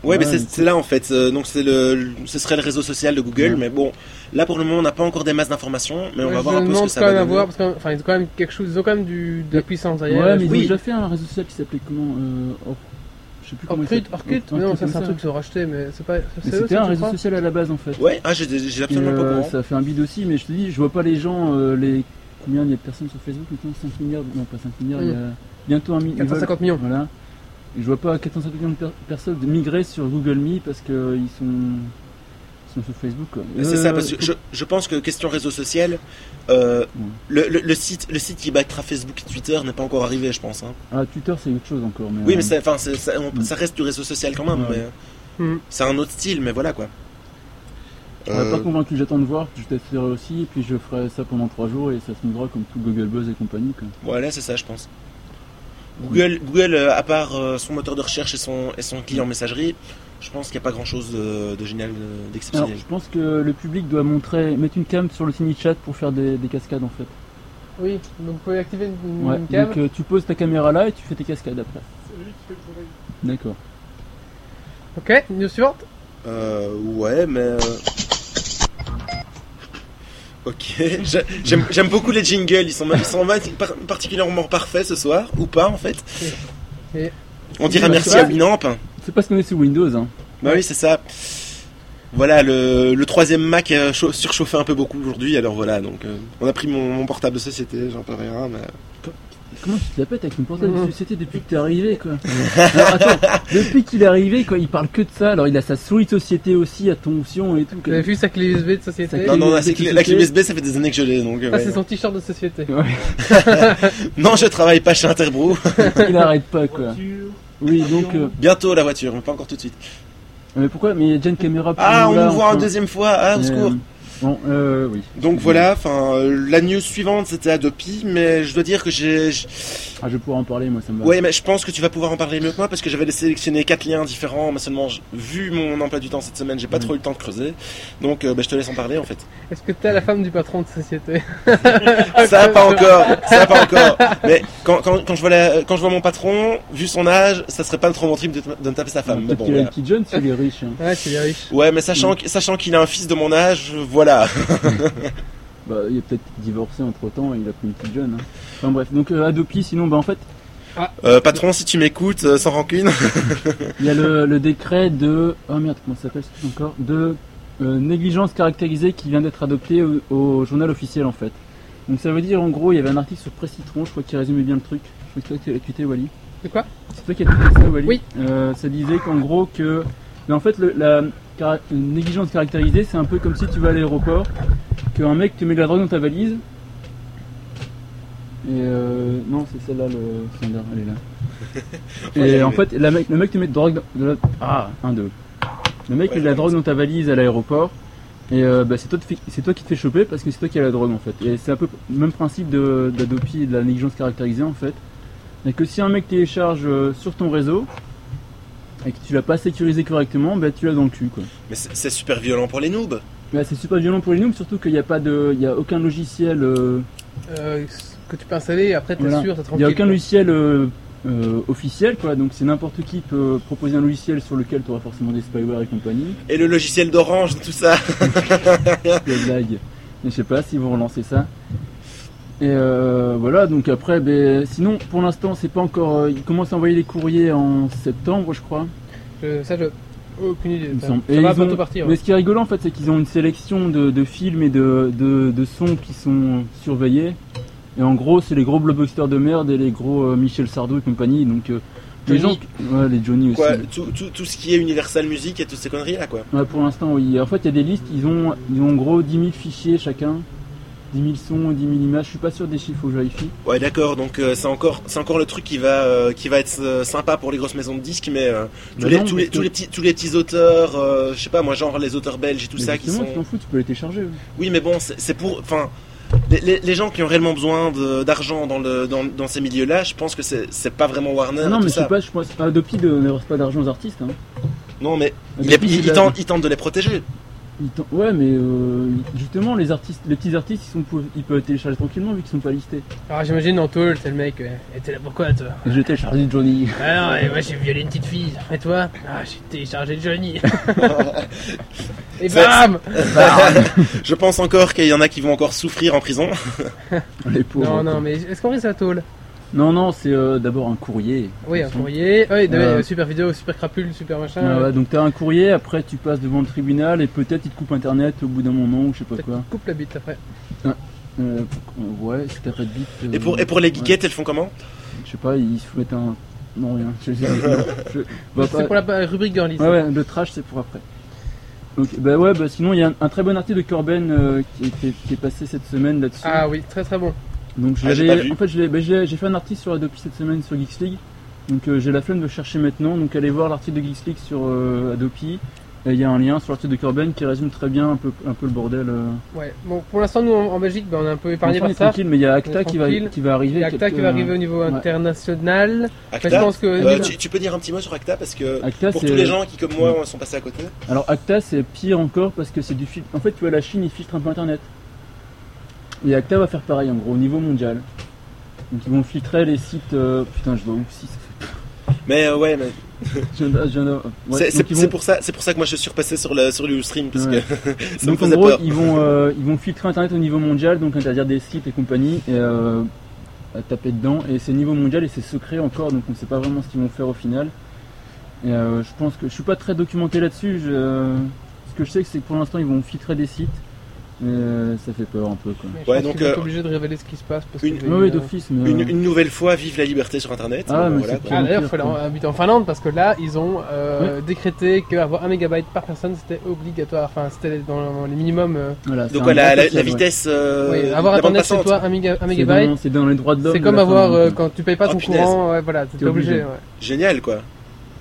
Ouais, mais
Ouais,
c'est-
du coup.
c'est là en fait. Euh, donc c'est le, le- ce serait le réseau social de Google,
Ouais.
mais bon, là pour le moment on n'a pas encore des masses d'informations, mais on
Ouais,
va
je
voir un peu ce
demande
que ça
quand
va
même à
donner.
voir, parce que, enfin, ils ont quand même quelque chose, ils ont quand même du, de la puissance derrière.
ouais, mais ils
oui.
ont déjà fait un réseau social qui s'appelait comment euh, Or- Je sais plus comment il
Orkut,
s'appelle.
Orkut,
Un
non,
truc
ça c'est
comme
un truc que j'ai racheté, mais c'est pas.
Mais
c'est eux,
c'était
ça,
un
tu
réseau
crois
social à la base en fait.
Ouais, ah, j'ai j'ai
Et,
absolument pas
euh,
au courant.
ça fait un bide aussi, mais je te dis, je vois pas les gens, euh, les combien il y a de personnes sur Facebook maintenant 5 milliards, non pas 5 milliards, il y a bientôt un milliard.
450 millions.
Voilà. Et je vois pas 450 millions de per- personnes migrer sur Google Me parce que euh, ils sont, ils sont sur Facebook. quoi.
Mais C'est
Euh,
ça, parce que
faut-
je, je pense que question réseau social, euh,
Ouais.
le, le- le site, le site qui battra Facebook et Twitter n'est pas encore arrivé, je pense. hein.
Ah, Twitter c'est autre chose encore. Mais,
Oui,
euh,
mais ça, enfin, c'est- ça, on-
Mm.
ça reste du réseau social quand même.
Ouais.
mais,
Mm.
C'est un autre style, mais voilà quoi.
On m'a
Euh,
pas convaincu, j'attends de voir, je testerai aussi, et puis je ferai ça pendant 3 jours et ça se migrera comme tout Google Buzz et compagnie. quoi.
Voilà, Euh, c'est ça, je pense.
Mm.
Google, Google euh, à part euh, son moteur de recherche et son, et son client messagerie, je pense qu'il n'y a pas grand chose de, de génial, de-
Alors,
d'exceptionnel.
je pense que le public doit montrer, mettre une cam sur le Cine chat pour faire des, des cascades en fait.
Oui, donc vous pouvez activer une,
Ouais,
une cam.
Donc euh, tu poses ta caméra là et tu fais tes cascades après. D'accord.
Ok, news suivante.
Euh, ouais, mais. euh, Ok, J'a- j'aime j'aime beaucoup les jingles, ils sont, ma- ils sont ma- par- particulièrement parfaits ce soir, ou pas en fait.
Et-
On dira
Oui, bah,
merci
ça
à
va.
Winamp.
C'est parce qu'on est sous Windows. Hein.
Bah oui, c'est ça. Voilà, le, le troisième Mac a chau- surchauffé un peu beaucoup aujourd'hui, alors voilà, donc euh, on a pris mon, mon portable de société, j'en parlerai rien, mais.
Comment tu te la pètes avec ton portable
Mhm.
de société depuis que t'es arrivé quoi Alors, attends, depuis qu'il est arrivé quoi, il parle que de ça. Alors il a sa souris de société aussi à tonction et tout.
Vous
quoi.
avez vu sa clé USB de société
Sa
Non,
clé-
Ça,
non,
les
la clé, la clé USB, ça fait des années que je l'ai, donc. euh, ouais.
Ah, c'est son t-shirt de société.
Ouais,
Non, je travaille pas chez Interbrew.
il arrête pas quoi. Oui donc. euh,
Bientôt la voiture, mais pas encore tout de suite.
mais pourquoi Mais il y a déjà une caméra. pour
Ah,
nous,
on
là,
nous voit
enfin.
une deuxième fois, ah, au
Mais,
secours.
euh, Bon, euh, oui.
Donc voilà, enfin, euh, la news suivante c'était Adopi, mais je dois dire que j'ai. j'-
Ah, je vais pouvoir en parler moi, ça me va.
Ouais, mais je pense que tu vas pouvoir en parler mieux que moi parce que j'avais sélectionné quatre liens différents, mais seulement j- vu mon emploi du temps cette semaine, j'ai pas
Mm.
trop eu le temps de creuser. Donc euh, bah, je te laisse en parler en fait.
Est-ce que t'as la femme du patron de société Ah,
Ça pas encore, ça pas encore. Mais quand, quand, quand je vois la- quand je vois mon patron, vu son âge, ça serait pas trop mon trip de, de me taper sa femme. Mais
Peut-être
bon,
qu'il a
voilà.
un petit John s'il est riche. hein.
Ouais, c'est bien riche.
Ouais, mais sachant, que- sachant qu'il a un fils de mon âge, voilà.
Bah, il est peut-être divorcé entre temps et il a pris une petite John. hein. Enfin bref, donc euh, Adopi, sinon, bah en fait,
Euh, patron, si tu m'écoutes, euh, sans rancune.
Il y a le, le décret de. Oh merde, comment ça s'appelle ce truc encore De euh, négligence caractérisée qui vient d'être adopté au, au journal officiel en fait. Donc ça veut dire en gros, il y avait un article sur Presse Citron, je crois qu'il résumait bien le truc. Je crois que c'est toi qui l'as tweeté, Wally.
C'est quoi
C'est toi qui as tweeté ça, Wally
Oui.
Euh, ça disait qu'en gros, que. Mais en fait, le- la cara- une négligence caractérisée, c'est un peu comme si tu vas à l'aéroport, qu'un mec te met de la drogue dans ta valise. Et euh, non, c'est celle-là, le standard, elle est là.
Ouais, j'y
Et en
arrivais.
fait, la mec, le mec te met de drogue dans, de la- Ah, un, deux. Le mec
Ouais,
met de la
j'arrive.
drogue dans ta valise à l'aéroport. Et euh, bah, c'est toi, te fi- c'est toi qui te fais choper parce que c'est toi qui as la drogue en fait. Et c'est un peu le même principe de- d'Adopi et de la négligence caractérisée en fait. Et que si un mec télécharge euh, sur ton réseau et que tu l'as pas sécurisé correctement, bah, tu l'as dans le cul quoi.
Mais c'est c'est super violent pour les noobs.
Bah, c'est super violent pour les noobs, surtout qu'il n'y a, pas de- il y a aucun logiciel. euh,
Euh, que tu peux installer et après t'es
Voilà.
sûr, t'es
Il
tranquille.
n'y a aucun logiciel euh, euh, officiel, quoi. Donc c'est n'importe qui peut proposer un logiciel sur lequel tu auras forcément des spyware et compagnie.
Et le logiciel d'Orange, tout ça.
Des blagues. Mais Je sais pas si vous relancez ça. Et euh, voilà. Donc après, ben, sinon pour l'instant c'est pas encore. euh, ils commencent à envoyer les courriers en septembre, je crois.
Je- ça, je. Aucune idée.
Il me
Ça,
semble.
ça
Et
va
ils ont-
bientôt partir.
Mais ce qui est rigolo en fait, c'est qu'ils ont une sélection de, de films et de, de, de sons qui sont surveillés. Et en gros, c'est les gros blockbusters de merde et les gros euh, Michel Sardou et compagnie. Donc euh, les gens,
Johnny.
ouais, les Johnny aussi.
Quoi, tout, tout, tout ce qui est Universal Music et toutes ces conneries là, quoi.
Ouais, pour l'instant, oui. En fait, il y a des listes, ils ont, ils ont en gros 10 000 fichiers chacun. 10 000 sons, 10 000 images. Je suis pas sûr des chiffres, faut que je vérifie.
Ouais, d'accord, donc euh, c'est encore, c'est encore le truc qui va, euh, qui va être euh, sympa pour les grosses maisons de disques, mais euh, tous,
Bah
les,
non,
tous, les,
parce que-
tous, les petits, tous les petits auteurs, euh, je sais pas moi, genre les auteurs belges et tout
Mais
ça qui
justement,
sont.
tu t'en fous, tu peux les télécharger. ouais.
Oui, mais bon, c'est c'est pour. Enfin, les, les- les gens qui ont réellement besoin de- d'argent dans, le, dans, dans ces milieux-là, je pense que c'est c'est pas vraiment Warner.
non,
et
mais
Euh, tout
je sais
ça.
pas, je pense. Adopi de- ne verse pas d'argent aux artistes. Hein.
Non, mais il,
Adopi,
il-
c'est
il
la-
tente, il tente de les protéger.
il tend- Ouais, mais euh, justement, les artistes, les petits artistes, ils, sont, pou- ils peuvent télécharger tranquillement vu qu'ils sont pas listés.
Alors j'imagine en tôle, c'est le mec. euh, Et t'es là pourquoi toi
J'ai téléchargé Johnny.
Ah non, mais moi j'ai violé une petite fille. Et toi Ah, j'ai téléchargé Johnny. Et
C'est-
bam
je pense encore qu'il y en a qui vont encore souffrir en prison.
Les pauvres.
Non,
quoi.
non, mais est-ce qu'on risque la tôle
Non, non, c'est euh, d'abord un courrier.
Oui, un
Attention.
courrier. Oui, de-
Euh.
super vidéo, super crapule, super machin.
Ah ouais, donc t'as un courrier, après tu passes devant le tribunal et peut-être ils te coupent internet au bout d'un moment ou je sais pas
Peut-être
quoi.
qu'il coupe la bite après.
Euh, ouais, c'était Red Beat. euh,
Et pour, et pour les
ouais.
geekettes, elles font comment
Je sais pas, ils se mettent un. Non, rien. Je, je- je- bah,
C'est
pas-
pour la pa- rubrique girlies.
Ouais, ouais, le trash c'est pour après. Donc, bah ouais, bah sinon il y a un, un très bon article de Corben euh, qui, est- qui est- qui est passé cette semaine là-dessus.
Ah oui, très très bon.
Donc je
Ah, j'ai
l'avais-
pas vu.
en fait, je l'ai- bah, j'ai j'ai fait un article sur Adopi cette semaine sur Geeks League. Donc euh, j'ai la flemme de chercher maintenant. Donc allez voir l'article de Geeks League sur euh, Adopi. Et Il y a un lien sur l'article de Corben qui résume très bien un peu, un peu le bordel. euh.
Ouais. Bon, pour l'instant, nous en, en Belgique, ben, on est un peu épargné
Enfin, on
par
est
ça.
tranquille, mais il y a
On est
Acta qui va,
tranquille.
qui va arriver.
Il y a Acta qui
quelques-
va arriver au niveau
ouais.
international.
Acta
Mais je pense que.
Euh, tu, tu peux dire un petit mot sur Acta Parce que
Acta, Ah,
pour
c'est-
tous les gens qui, comme moi, sont passés à côté.
Alors Acta c'est pire encore parce que c'est du filtre. En fait, tu vois, la Chine ils filtrent un peu Internet. Et Acta va faire pareil en gros au niveau mondial. Donc ils vont filtrer les sites. euh, Putain, je vois où si ça fait.
Mais euh, ouais, mais
Je viens de- je viens de- ouais,
c'est-
donc,
c'est
ils vont-
c'est pour ça, c'est pour ça que moi je suis surpassé sur le sur le stream parce
Ouais.
que ça me
donc en
faisait
gros,
peur.
ils vont euh, ils vont filtrer Internet au niveau mondial, donc interdire des sites et compagnie et euh, taper dedans. Et c'est niveau mondial et c'est secret encore, donc on sait pas vraiment ce qu'ils vont faire au final. Et euh, je pense que je suis pas très documenté là-dessus. je- Ce que je sais, c'est que pour l'instant, ils vont filtrer des sites. Euh, ça fait peur un peu quoi.
Mais je
Ouais,
pense
donc,
qu'ils vont être
euh,
obligés de révéler ce qui se passe. Parce
une-
que
Oui, oui, d'office, mais. euh,
Une, une nouvelle fois, vive la liberté sur Internet. ben,
Ah, mais
voilà,
c'est
quoi.
clair.
Ah, d'ailleurs, il faut aller en- habiter en Finlande parce que là, ils ont euh, décrété qu'avoir 1 mégabyte par personne c'était obligatoire. Enfin, c'était dans les minimums. euh,
Voilà, c'est
Donc
un
voilà,
droit
la, la
social, ouais.
vitesse, euh,
oui,
de
avoir
la bande
internet chez
passante.
toi 1 méga, un
C'est
mégabyte,
dans, c'est dans les droits de l'homme.
c'est
de
comme
la
avoir
Finlande.
euh, quand tu payes pas
Oh,
ton
punaise.
courant, ouais, voilà, t'es
T'es obligé.
obligé. ouais.
Génial, quoi.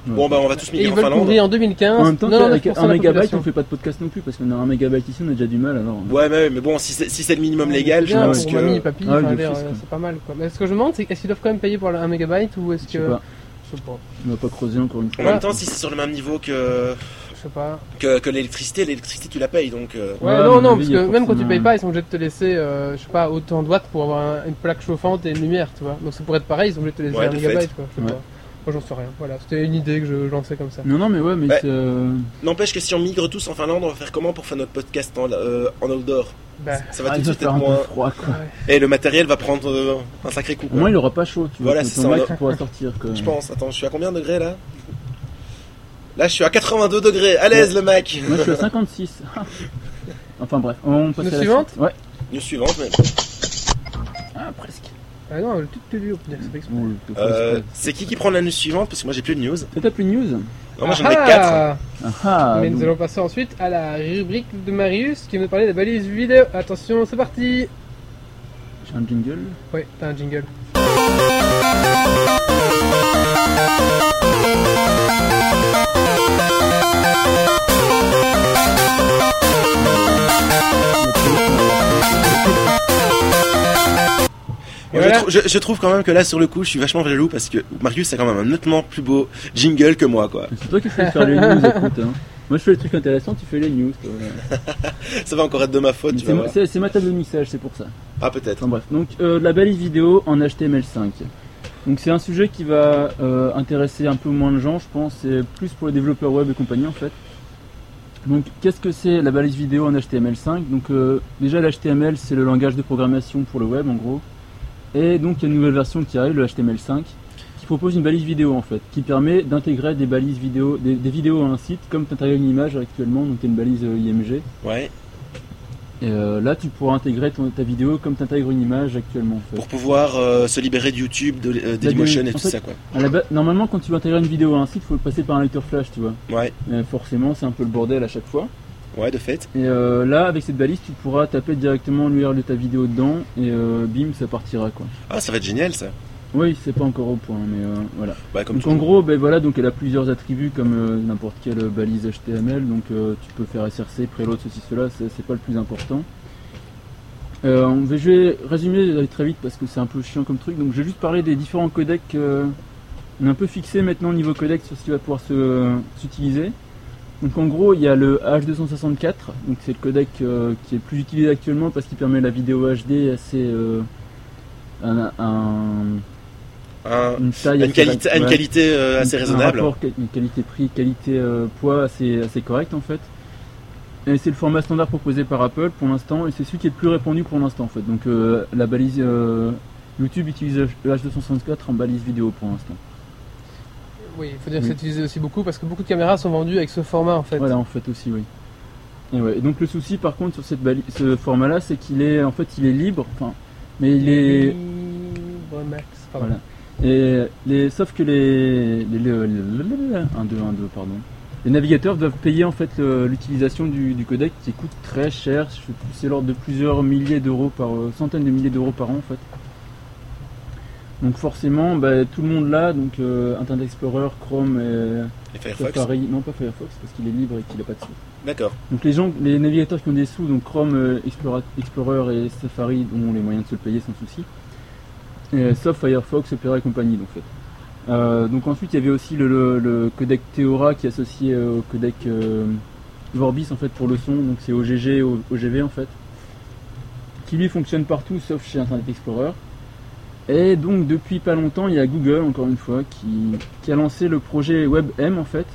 Ouais.
Bon, bah on va tous
Et
migrer
ils
en
veulent
Finlande.
couvrir en 2015.
En même temps,
non,
avec un mégabyte, on fait pas de podcast non plus parce qu'on a un mégabyte ici, on a déjà du mal alors.
Ouais, mais, mais bon, si c'est si c'est le minimum légal, je
bien,
pense
pour
que.
mamie, papy,
Ah,
enfin,
le
dire,
fils,
euh,
quoi.
c'est pas mal. Quoi. Mais ce que je me demande, c'est est-ce qu'ils doivent quand même payer pour le 1 mégabyte ou est-ce
Je sais
que.
pas,
Je sais pas.
on va pas creuser encore une
En
fois.
même temps, si c'est sur le même niveau que
Je sais pas.
que, que l'électricité, l'électricité tu la payes donc. euh,
Ouais,
Ouais, à
non,
mon
non,
avis,
parce
il y a
que même quand tu
forcément
payes
un-
pas, ils sont obligés de te laisser, euh, je sais pas, autant de watts pour avoir un- une plaque chauffante et une lumière, tu vois. Donc ça pourrait être pareil, ils sont obligés de te laisser
Ouais,
un
de
mégabyte, quoi. Je sais
Ouais.
pas. Moi, j'en sais rien. Voilà, c'était une idée que je lançais comme ça.
Non, non, mais ouais, mais
Ouais.
c'est. euh,
N'empêche que si on migre tous en Finlande, on va faire comment pour faire notre podcast en, euh, en outdoor
Bah,
Ça va
ah,
tout
il
de
va
suite être
faire un peu
moins.
froid quoi.
Et le matériel va prendre euh, un sacré coup.
Au
quoi.
moins, il aura pas chaud, tu vois.
Voilà,
ton-
c'est ça,
Ton
on
Mac pourra sortir quoi.
Je pense. Attends, je suis à combien de degrés là Là, je suis à 82 degrés. À l'aise, le Mac.
Moi, je suis à 56. enfin bref, on passe
News
à la
suivante
suite. Ouais,
News suivante. Mais...
ah, presque.
ah non, le tout tutu, on peut dire que c'est pas exprès.
Bon, le-
Euh, c'est qui qui prend la news suivante Parce que moi, j'ai plus de news.
T'as plus de news
Non, moi, j'en ai
Ah
4.
Ah ah
Mais nous
donc-
allons passer ensuite à la rubrique de Marius qui va nous parler des balises vidéo. Attention, c'est parti
J'ai un jingle.
Ouais, t'as un jingle.
Moi,
Voilà.
je, trou- je- je trouve quand même que là, sur le coup, je suis vachement jaloux parce que Marius a quand même un nettement plus beau jingle que moi, quoi.
C'est toi qui fais faire les news, écoute. hein. Moi, je fais les trucs intéressants, tu fais les news. toi, voilà.
Ça va encore être de ma faute,
Mais
tu vas
c'est ma-
voir.
C'est c'est ma table de mixage, c'est pour ça.
Ah, peut-être.
Enfin bref, donc euh, la balise vidéo en HTML5. Donc c'est un sujet qui va euh, intéresser un peu moins de gens, je pense, et plus pour les développeurs web et compagnie en fait. Donc qu'est-ce que c'est la balise vidéo en HTML5 Donc euh, déjà l'HTML c'est le langage de programmation pour le web en gros. Et donc il y a une nouvelle version qui arrive, le HTML5, qui propose une balise vidéo en fait, qui permet d'intégrer des balises vidéo, des, des vidéos à un site, comme tu intègres une image actuellement, donc tu une balise euh, IMG.
Ouais.
Et euh, là, tu pourras intégrer ton- ta vidéo comme tu intègres une image actuellement. En fait.
Pour pouvoir euh, se libérer de YouTube, de, euh, Dailymotion et
Bah, en
tout
fait-
ça, quoi.
À la ba- Normalement, quand tu veux intégrer une vidéo à un site, il faut passer par un lecteur flash, tu vois.
Ouais.
Euh, forcément, c'est un peu le bordel à chaque fois.
Ouais, de fait.
Et euh, là, avec cette balise, tu pourras taper directement l'URL de ta vidéo dedans et euh, bim, ça partira, quoi.
Ah, ça va être génial, ça.
Oui, c'est pas encore au point, mais euh, voilà.
Bah, comme
Donc
tout.
en gros, ben voilà, donc elle a plusieurs attributs comme euh, n'importe quelle euh, balise HTML. Donc euh, tu peux faire SRC, préload, ceci, cela, c'est c'est pas le plus important. Euh, on va- je vais résumer euh, très vite parce que c'est un peu chiant comme truc. Donc, je vais juste parler des différents codecs. euh, on est un peu fixé maintenant au niveau codec sur ce qui va pouvoir se, euh, s'utiliser. Donc, en gros, il y a le H264. Donc, c'est le codec euh, qui est le plus utilisé actuellement parce qu'il permet la vidéo HD assez. euh, un- un-
Un-
une taille
une
assez-
qualité, une
ouais.
qualité euh, assez
Un
raisonnable.
rapport quali- qualité-prix, qualité euh, poids assez, assez correct en fait. Et c'est le format standard proposé par Apple pour l'instant et c'est celui qui est le plus répandu pour l'instant en fait. Donc euh, la balise euh, YouTube utilise le H264 en balise vidéo pour l'instant.
Oui, il faut dire que
Oui.
c'est utilisé aussi beaucoup parce que beaucoup de caméras sont vendues avec ce format en fait.
Voilà en fait aussi oui. Et, ouais. Et donc le souci par contre sur cette bali- ce format là c'est qu'il est en fait il est libre, enfin mais il est
Libre Max, pardon.
Voilà. Et les, sauf que les, les, les- un, deux, un, deux, pardon. Les navigateurs doivent payer en fait le- l'utilisation du, du codec qui coûte très cher. Je sais plus, C'est l'ordre de plusieurs milliers d'euros par euh, centaines de milliers d'euros par an en fait. Donc forcément, bah, tout le monde là, donc euh, Internet Explorer, Chrome, et
Et Firefox.
Safari, non pas Firefox parce qu'il est libre et qu'il n'a pas de sous.
D'accord.
Donc les gens, les navigateurs qui ont des sous, donc Chrome, euh, Explora- Explorer et Safari ont les moyens de se le payer sans souci. Euh, sauf Firefox, Opera et compagnie donc en fait. Euh, donc ensuite il y avait aussi le, le- le codec Theora qui est associé euh, au codec euh, Vorbis en fait pour le son, donc c'est OGG au- OGV en fait, qui lui fonctionne partout sauf chez Internet Explorer. Et donc depuis pas longtemps il y a Google encore une fois qui, qui a lancé le projet WebM en fait,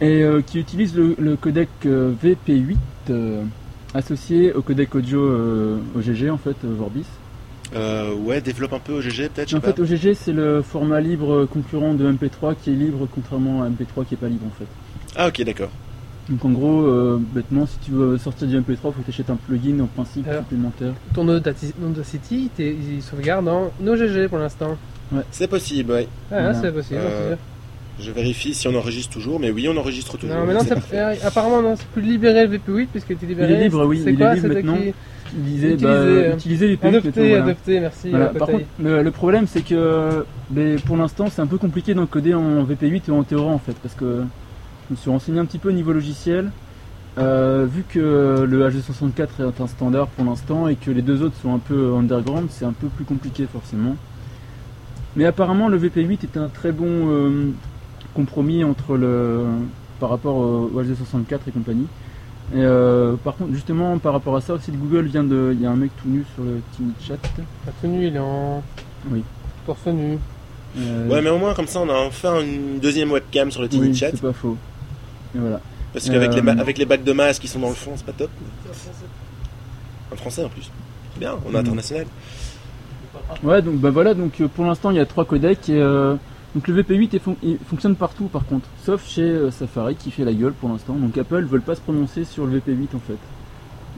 et euh, qui utilise le, le codec euh, VP8 euh, associé au codec audio euh, OGG en fait euh, Vorbis.
Euh, ouais, développe un peu OGG peut-être. je
En
sais
fait
pas.
OGG c'est le format libre euh, concurrent de MP3 qui est libre contrairement à MP3 qui est pas libre en fait.
Ah ok, d'accord.
Donc en gros euh, bêtement si tu veux sortir du MP3 faut que tu achètes un plugin en principe
Alors.
supplémentaire.
Ton Audacity, Audacity, t'es- il sauvegarde en OGG pour l'instant.
C'est possible. Ouais.
Ah, là,
Voilà.
c'est possible.
Euh,
on peut dire.
Je vérifie si on enregistre toujours, mais oui, on enregistre toujours.
Non, mais non,
C'est
c'est-
parfait.
euh, apparemment, non, c'est plus libéré le VP8 puisqu'il était libéré.
Il est libre, oui,
C'est
il
quoi,
est libre
c'était
maintenant.
qui-
Utiliser,
Utiliser,
bah,
euh,
utiliser les plugins que t'as,
Adopté,
voilà.
adopté, merci.
Voilà,
euh,
Par
Kotaï.
contre, le, le problème c'est que ben, pour l'instant c'est un peu compliqué d'encoder en VP8 ou en Theora en fait, parce que je me suis renseigné un petit peu au niveau logiciel. Euh, vu que le H264 est un standard pour l'instant et que les deux autres sont un peu underground, c'est un peu plus compliqué forcément. Mais apparemment le VP8 est un très bon euh, compromis entre le par rapport au H264 et compagnie. Et, euh, par contre, justement, par rapport à ça, aussi, Google vient de. Il y a un mec tout nu sur le Team Chat.
Pas tout nu, il est en.
Oui.
Torse nu.
Euh,
Ouais, mais au moins comme ça, on a enfin une deuxième webcam sur le Tiny
oui,
Chat.
c'est pas faux. Et voilà.
Parce qu'avec les, ma-
Euh,
avec les bacs de masse qui sont dans le fond, c'est pas top. Un français en plus. C'est bien, on est
Mm.
international.
Ouais, donc bah voilà, donc euh, pour l'instant il y a trois codecs et euh, donc le VP8 est fon- il fonctionne partout par contre, sauf chez euh, Safari qui fait la gueule pour l'instant. Donc Apple veulent pas se prononcer sur le VP8 en fait.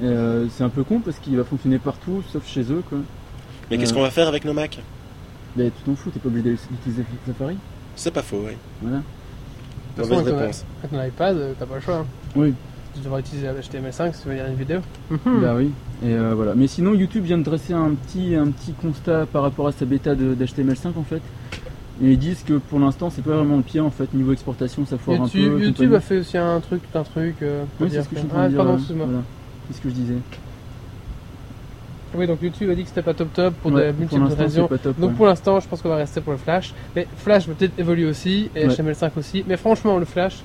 Et, euh, c'est un peu con parce qu'il va fonctionner partout sauf chez eux quoi.
Mais qu'est-ce
Euh.
qu'on va faire avec nos Macs
Mais tu t'en fous, t'es pas obligé d'utiliser Safari.
C'est pas faux, oui.
Voilà.
toute
Mauvaise
façon, on
réponse.
Quand on a l'iPad, euh, t'as pas le choix. hein.
Oui.
Tu devrais utiliser HTML5 si tu veux lire une vidéo. Hmm.
Bah oui. Et euh, voilà. Mais sinon, YouTube vient de dresser un petit, un petit constat par rapport à sa bêta de- d'HTML5 en fait. Et ils disent que pour l'instant, c'est pas vraiment le pire en fait. Niveau exportation, ça foire un
YouTube,
peu.
YouTube
compagnie.
a fait aussi un truc, tout un truc. euh, pour
Oui, c'est
dire
ce que
que-
je suis en train
ah,
de dire.
pardon,
euh,
excuse-moi.
voilà. C'est ce que je disais.
Oui, donc YouTube a dit que c'était pas top top pour
Ouais,
de
pour
multiples
l'instant,
raisons.
c'est pas top.
Donc
ouais.
pour l'instant, je pense qu'on va rester pour le Flash. Mais Flash va peut-être évoluer aussi, et
Ouais.
HTML5 aussi. Mais franchement, le Flash,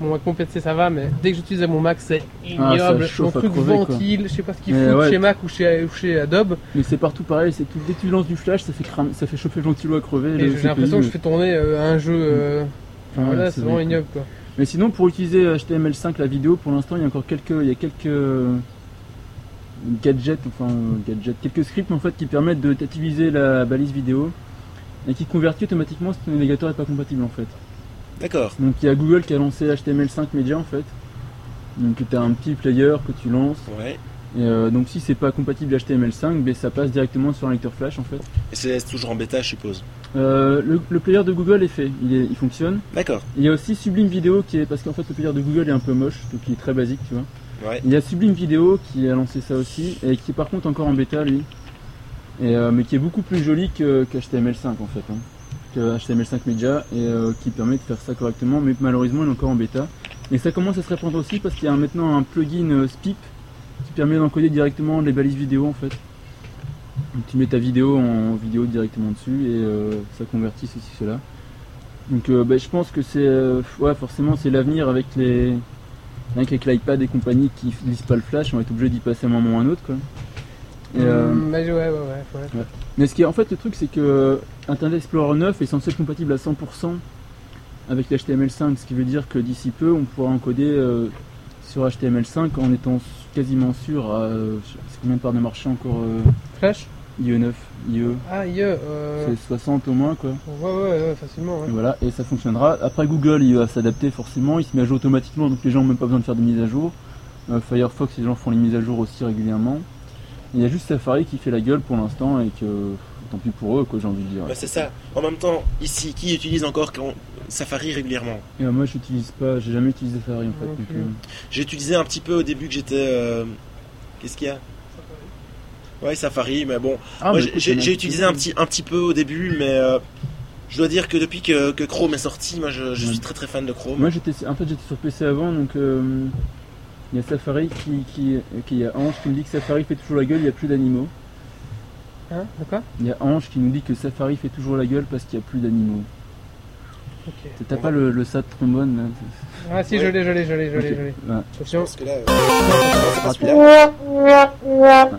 mon Mac mon PC ça va, mais dès que j'utilisais mon Mac, c'est
Ah, ça
ignoble. mon
chauffe à
truc
crever, quoi.
ventile, je sais pas ce qu'ils
Mais
foutent
ouais.
chez Mac ou chez, ou chez Adobe.
Mais c'est partout pareil. C'est tout. Dès que tu lances du flash, ça fait cram... ça fait chauffer le ventilo à crever.
Et
le
j'ai
CPU,
l'impression que
euh,
je fais tourner euh, un jeu. euh,
enfin, ouais,
voilà, c'est vraiment
vrai, quoi.
ignoble quoi.
Mais sinon, pour utiliser euh, HTML5, la vidéo, pour l'instant, il y a encore quelques, il y a quelques gadgets, enfin euh, gadgets, quelques scripts en fait qui permettent de d'activiser la balise vidéo et qui convertit automatiquement si ton navigateur n'est pas compatible en fait.
D'accord.
Donc il y a Google qui a lancé HTML5 Media en fait. Donc tu as un petit player que tu lances.
Ouais.
Et, euh, donc si c'est pas compatible HTML5, ben, ça passe directement sur un lecteur flash en fait.
Et c'est toujours en bêta, je suppose.
Euh, le, le player de Google est fait, il, est- il fonctionne.
D'accord.
Il y a aussi Sublime Vidéo qui est parce qu'en fait le player de Google est un peu moche, donc il est très basique tu vois.
Ouais.
Il y a Sublime Vidéo qui a lancé ça aussi et qui est par contre encore en bêta lui. Et, euh, mais qui est beaucoup plus joli que, que HTML5 en fait. hein. que HTML5 Media et euh, qui permet de faire ça correctement mais malheureusement il est encore en bêta. Et ça commence à se répandre aussi parce qu'il y a maintenant un plugin euh, SPIP qui permet d'encoder directement les balises vidéo en fait. Donc tu mets ta vidéo en vidéo directement dessus et euh, ça convertit ceci, cela. Donc euh, bah, je pense que c'est euh, ouais, forcément c'est l'avenir avec les rien qu'avec l'iPad et compagnie qui f- lisent pas le flash, on va être obligé d'y passer à un moment ou à un autre quoi. Et, euh,
Mm, bah, ouais, ouais, ouais, faut l'être.
mais ce qui est en fait le truc c'est que euh, Internet Explorer 9 est censé être compatible à 100% avec l'HTML5, ce qui veut dire que d'ici peu on pourra encoder euh, sur HTML5 en étant s- quasiment sûr à euh, je sais- c'est combien de parts de marché encore euh, E
Flash
IE9, IE,
Ah, IE, euh,
c'est 60 au moins quoi.
ouais, ouais, ouais, facilement. ouais.
Et Voilà, et ça fonctionnera. Après, Google, il va s'adapter forcément, il se met à jour automatiquement, donc les gens n'ont même pas besoin de faire de mises à jour. Euh, Firefox, les gens font les mises à jour aussi régulièrement. Il y a juste Safari qui fait la gueule pour l'instant et que tant pis pour eux, quoi, j'ai envie de dire.
Bah, c'est ça. En même temps, ici, qui utilise encore quand- Safari régulièrement
Et euh, moi, j'utilise pas, j'ai jamais utilisé Safari en fait.
Non
donc,
plus.
euh,
J'ai utilisé un petit peu au début que j'étais. euh, Qu'est-ce qu'il y a Ouais, Safari, mais bon.
Ah,
Moi,
bah,
j'ai-
écoute,
j'ai
c'est
j'ai
bon.
utilisé un petit, un petit peu au début, mais euh, je dois dire que depuis que, que Chrome est sorti, moi je, je
Ouais.
suis très très fan de Chrome.
Moi, j'étais, en fait, j'étais sur PC avant, donc euh, il y a Safari qui, qui, qui, il y a Ange qui me dit que Safari fait toujours la gueule, il n'y a plus d'animaux.
Hein De quoi
Il y a Ange qui nous dit que Safari fait toujours la gueule parce qu'il n'y a plus d'animaux.
Ok.
T'as pas le, le sat trombone là
Ah, si,
Ouais.
je l'ai, je l'ai, je l'ai, je l'ai,
Ok.
je l'ai.
Voilà.
Attention.
Parce que là, euh, c'est pas celui-là.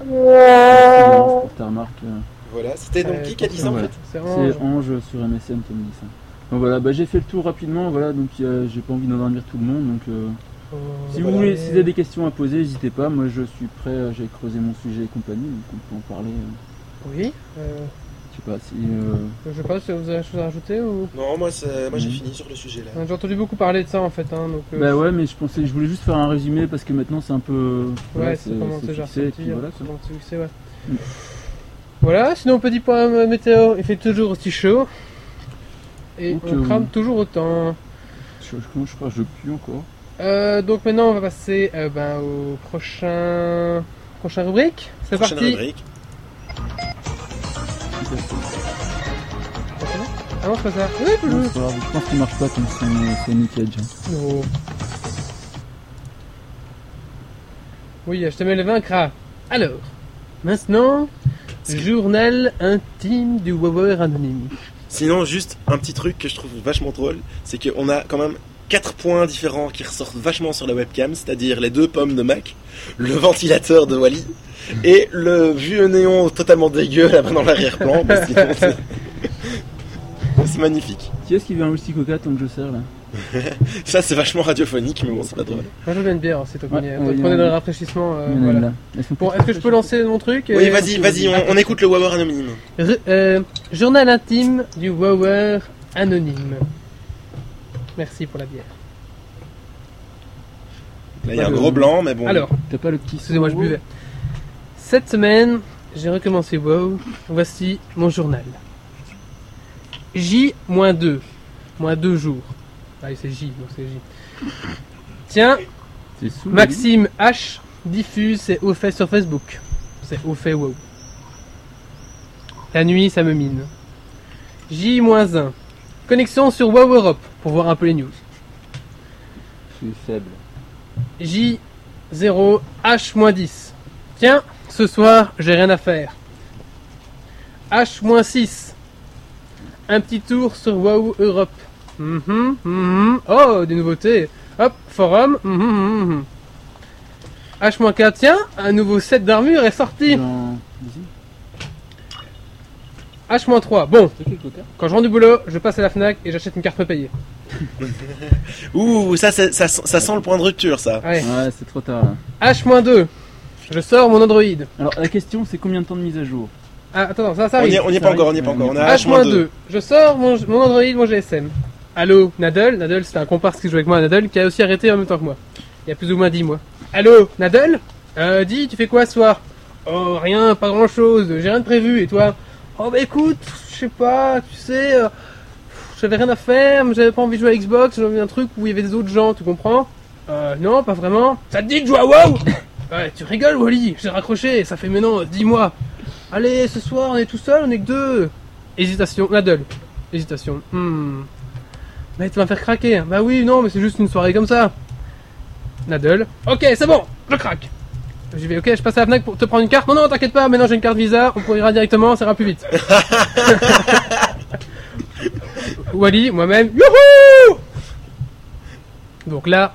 Orange pour ta remarque. euh.
Voilà, c'était donc
Euh,
qui qui a dit ça en
attention,
Voilà.
fait
C'est
C'est
orange.
Ange sur MSN qui me dit ça. Donc voilà, bah, j'ai fait le tour rapidement, voilà, donc euh, j'ai pas envie d'endormir tout le monde. Donc euh,
Faut-
si
Voilà.
vous voulez, si vous avez des questions à poser, n'hésitez pas, moi je suis prêt, euh, j'ai creusé mon sujet et compagnie, donc on peut en parler. euh,
Oui. euh,
je sais pas si euh,
je sais pas si vous avez des choses à rajouter ou.
Non, moi, c'est- moi j'ai
Mhm.
fini sur le sujet là.
J'ai entendu beaucoup parler de ça en fait, hein, donc. euh,
Bah ouais mais je pensais je voulais juste faire un résumé parce que maintenant c'est un peu
Ouais,
voilà,
c'est comment c'est genre
fixé, et puis
sortir,
voilà,
hein, comment c'est fixé, ouais.
Mm.
Voilà, sinon petit point euh, météo, il fait toujours aussi chaud. Et
Ok,
on crame
oui.
toujours autant.
je, je- comment je crois je pue encore.
Euh, donc maintenant on va passer euh, ben, au prochain prochain rubrique. C'est
Prochaine
parti.
rubrique.
Ah non, c'est pas ça. Oui,
Non,
bonjour.
c'est pas grave, je pense qu'il marche pas comme son hein. Sonic Edge.
Non. Oui, HTML vaincra. Alors, maintenant, journal intime du Wower anonyme.
Sinon, juste un petit truc que je trouve vachement drôle, c'est qu'on a quand même quatre points différents qui ressortent vachement sur la webcam, c'est-à-dire les deux pommes de Mac, le ventilateur de Wally et le vieux néon totalement dégueu là-bas dans l'arrière-plan. parce que sinon, c'est- c'est magnifique.
Qui est-ce qui veut un Rusty Coca tant que je sers là
Ça, c'est vachement radiophonique, mais bon, c'est pas drôle.
Moi je veux bien une bière, hein, c'est au
Ouais,
premier.
ouais, il y en
Prenez
a-
le rafraîchissement. euh,
Il y en a
voilà.
là. Elles sont
Bon,
plus
est-ce que je peux
fraîches.
lancer mon truc
Oui,
euh,
vas-y, vas-y, on, on écoute le Wawer anonyme.
Re- euh, journal intime du Wower anonyme. Merci pour la bière.
Là, il y a un gros blanc, mais bon.
Alors,
T'as pas le petit.
excusez-moi, je
son-
buvais. Cette semaine, j'ai recommencé WoW. Voici mon journal. J-2. Moins deux jours. Ah, c'est J, donc c'est J. Tiens,
C'est sous le lit.
Maxime H diffuse ses hauts faits sur Facebook. C'est hauts faits wow. La nuit, ça me mine. J-1. Connexion sur Wow Europe pour voir un peu les news.
Je suis faible.
J0H-10. Tiens, ce soir, j'ai rien à faire. H-6. Un petit tour sur Wow Europe. Mhm, mhm. Oh, des nouveautés. Hop, forum. Mhm, mhm, mhm. H-4, tiens, un nouveau set d'armure est sorti.
Dans- Vas-y,
H-3, bon,
t'as quel coca
quand je rentre du boulot, je passe à la FNAC et j'achète une carte prépayée.
Ouh, ça, c'est- ça, sent- ça sent le point de rupture, ça.
Allez.
Ouais, c'est trop tard là.
H-2, je sors mon Android.
Alors la question, c'est combien de temps de mise à jour
Ah, attends, ça, ça
On
arrive.
n'y est, on y est pas encore, on n'y est pas encore. On
Ah,
a
H-2. Je sors mon, mon Android, mon GSM. Allô, Nadel Nadel, c'est un comparse qui joue avec moi, Nadel, qui a aussi arrêté en même temps que moi. Il y a plus ou moins 10 mois. Allô, Nadel Euh, dis, tu fais quoi ce soir Oh, rien, pas grand chose, j'ai rien de prévu, et toi Oh, bah écoute, je sais pas, tu sais, euh, pff, j'avais rien à faire, mais j'avais pas envie de jouer à Xbox, j'avais envie d'un truc où il y avait des autres gens, tu comprends Euh, non, pas vraiment. Ça te dit de jouer à WoW Ouais, tu rigoles, Wally, j'ai raccroché, ça fait maintenant euh, 10 mois. Allez, ce soir, on est tout seul, on est que deux. Hésitation, Nadel. Hésitation. Hmm. Mais tu vas me faire craquer. hein. Bah oui, non, mais c'est juste une soirée comme ça. Nadel. Ok, c'est bon, je craque. J'ai dit, ok, je passe à la FNAC pour te prendre une carte. Non, non, t'inquiète pas, maintenant j'ai une carte Visa, on pourra directement, ça ira plus vite. Wally, moi-même, youhou Donc là,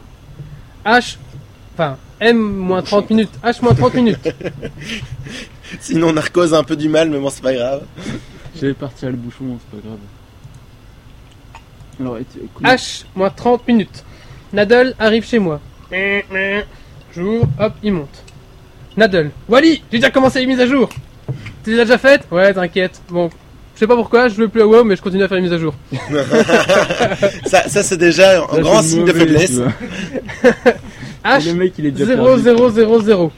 H, enfin, M-30 minutes, H-30 minutes.
Sinon, Narcos a un peu du mal, mais bon, c'est pas grave.
J'allais partir à le bouchon, c'est pas grave. Alors, et- écoute,
H-30 minutes. Nadal arrive chez moi. J'ouvre, hop, il monte. Nadal. Wally, j'ai déjà commencé les mises à jour. T'es déjà déjà faite Ouais, t'inquiète. Bon, je sais pas pourquoi, je veux plus à WoW, mais je continue à faire les mises à jour.
Ça, ça c'est déjà un
là,
grand
c'est
signe de
mauvais,
faiblesse.
tu vois.
H,
Et Le mec, il est déjà perdu.
0000.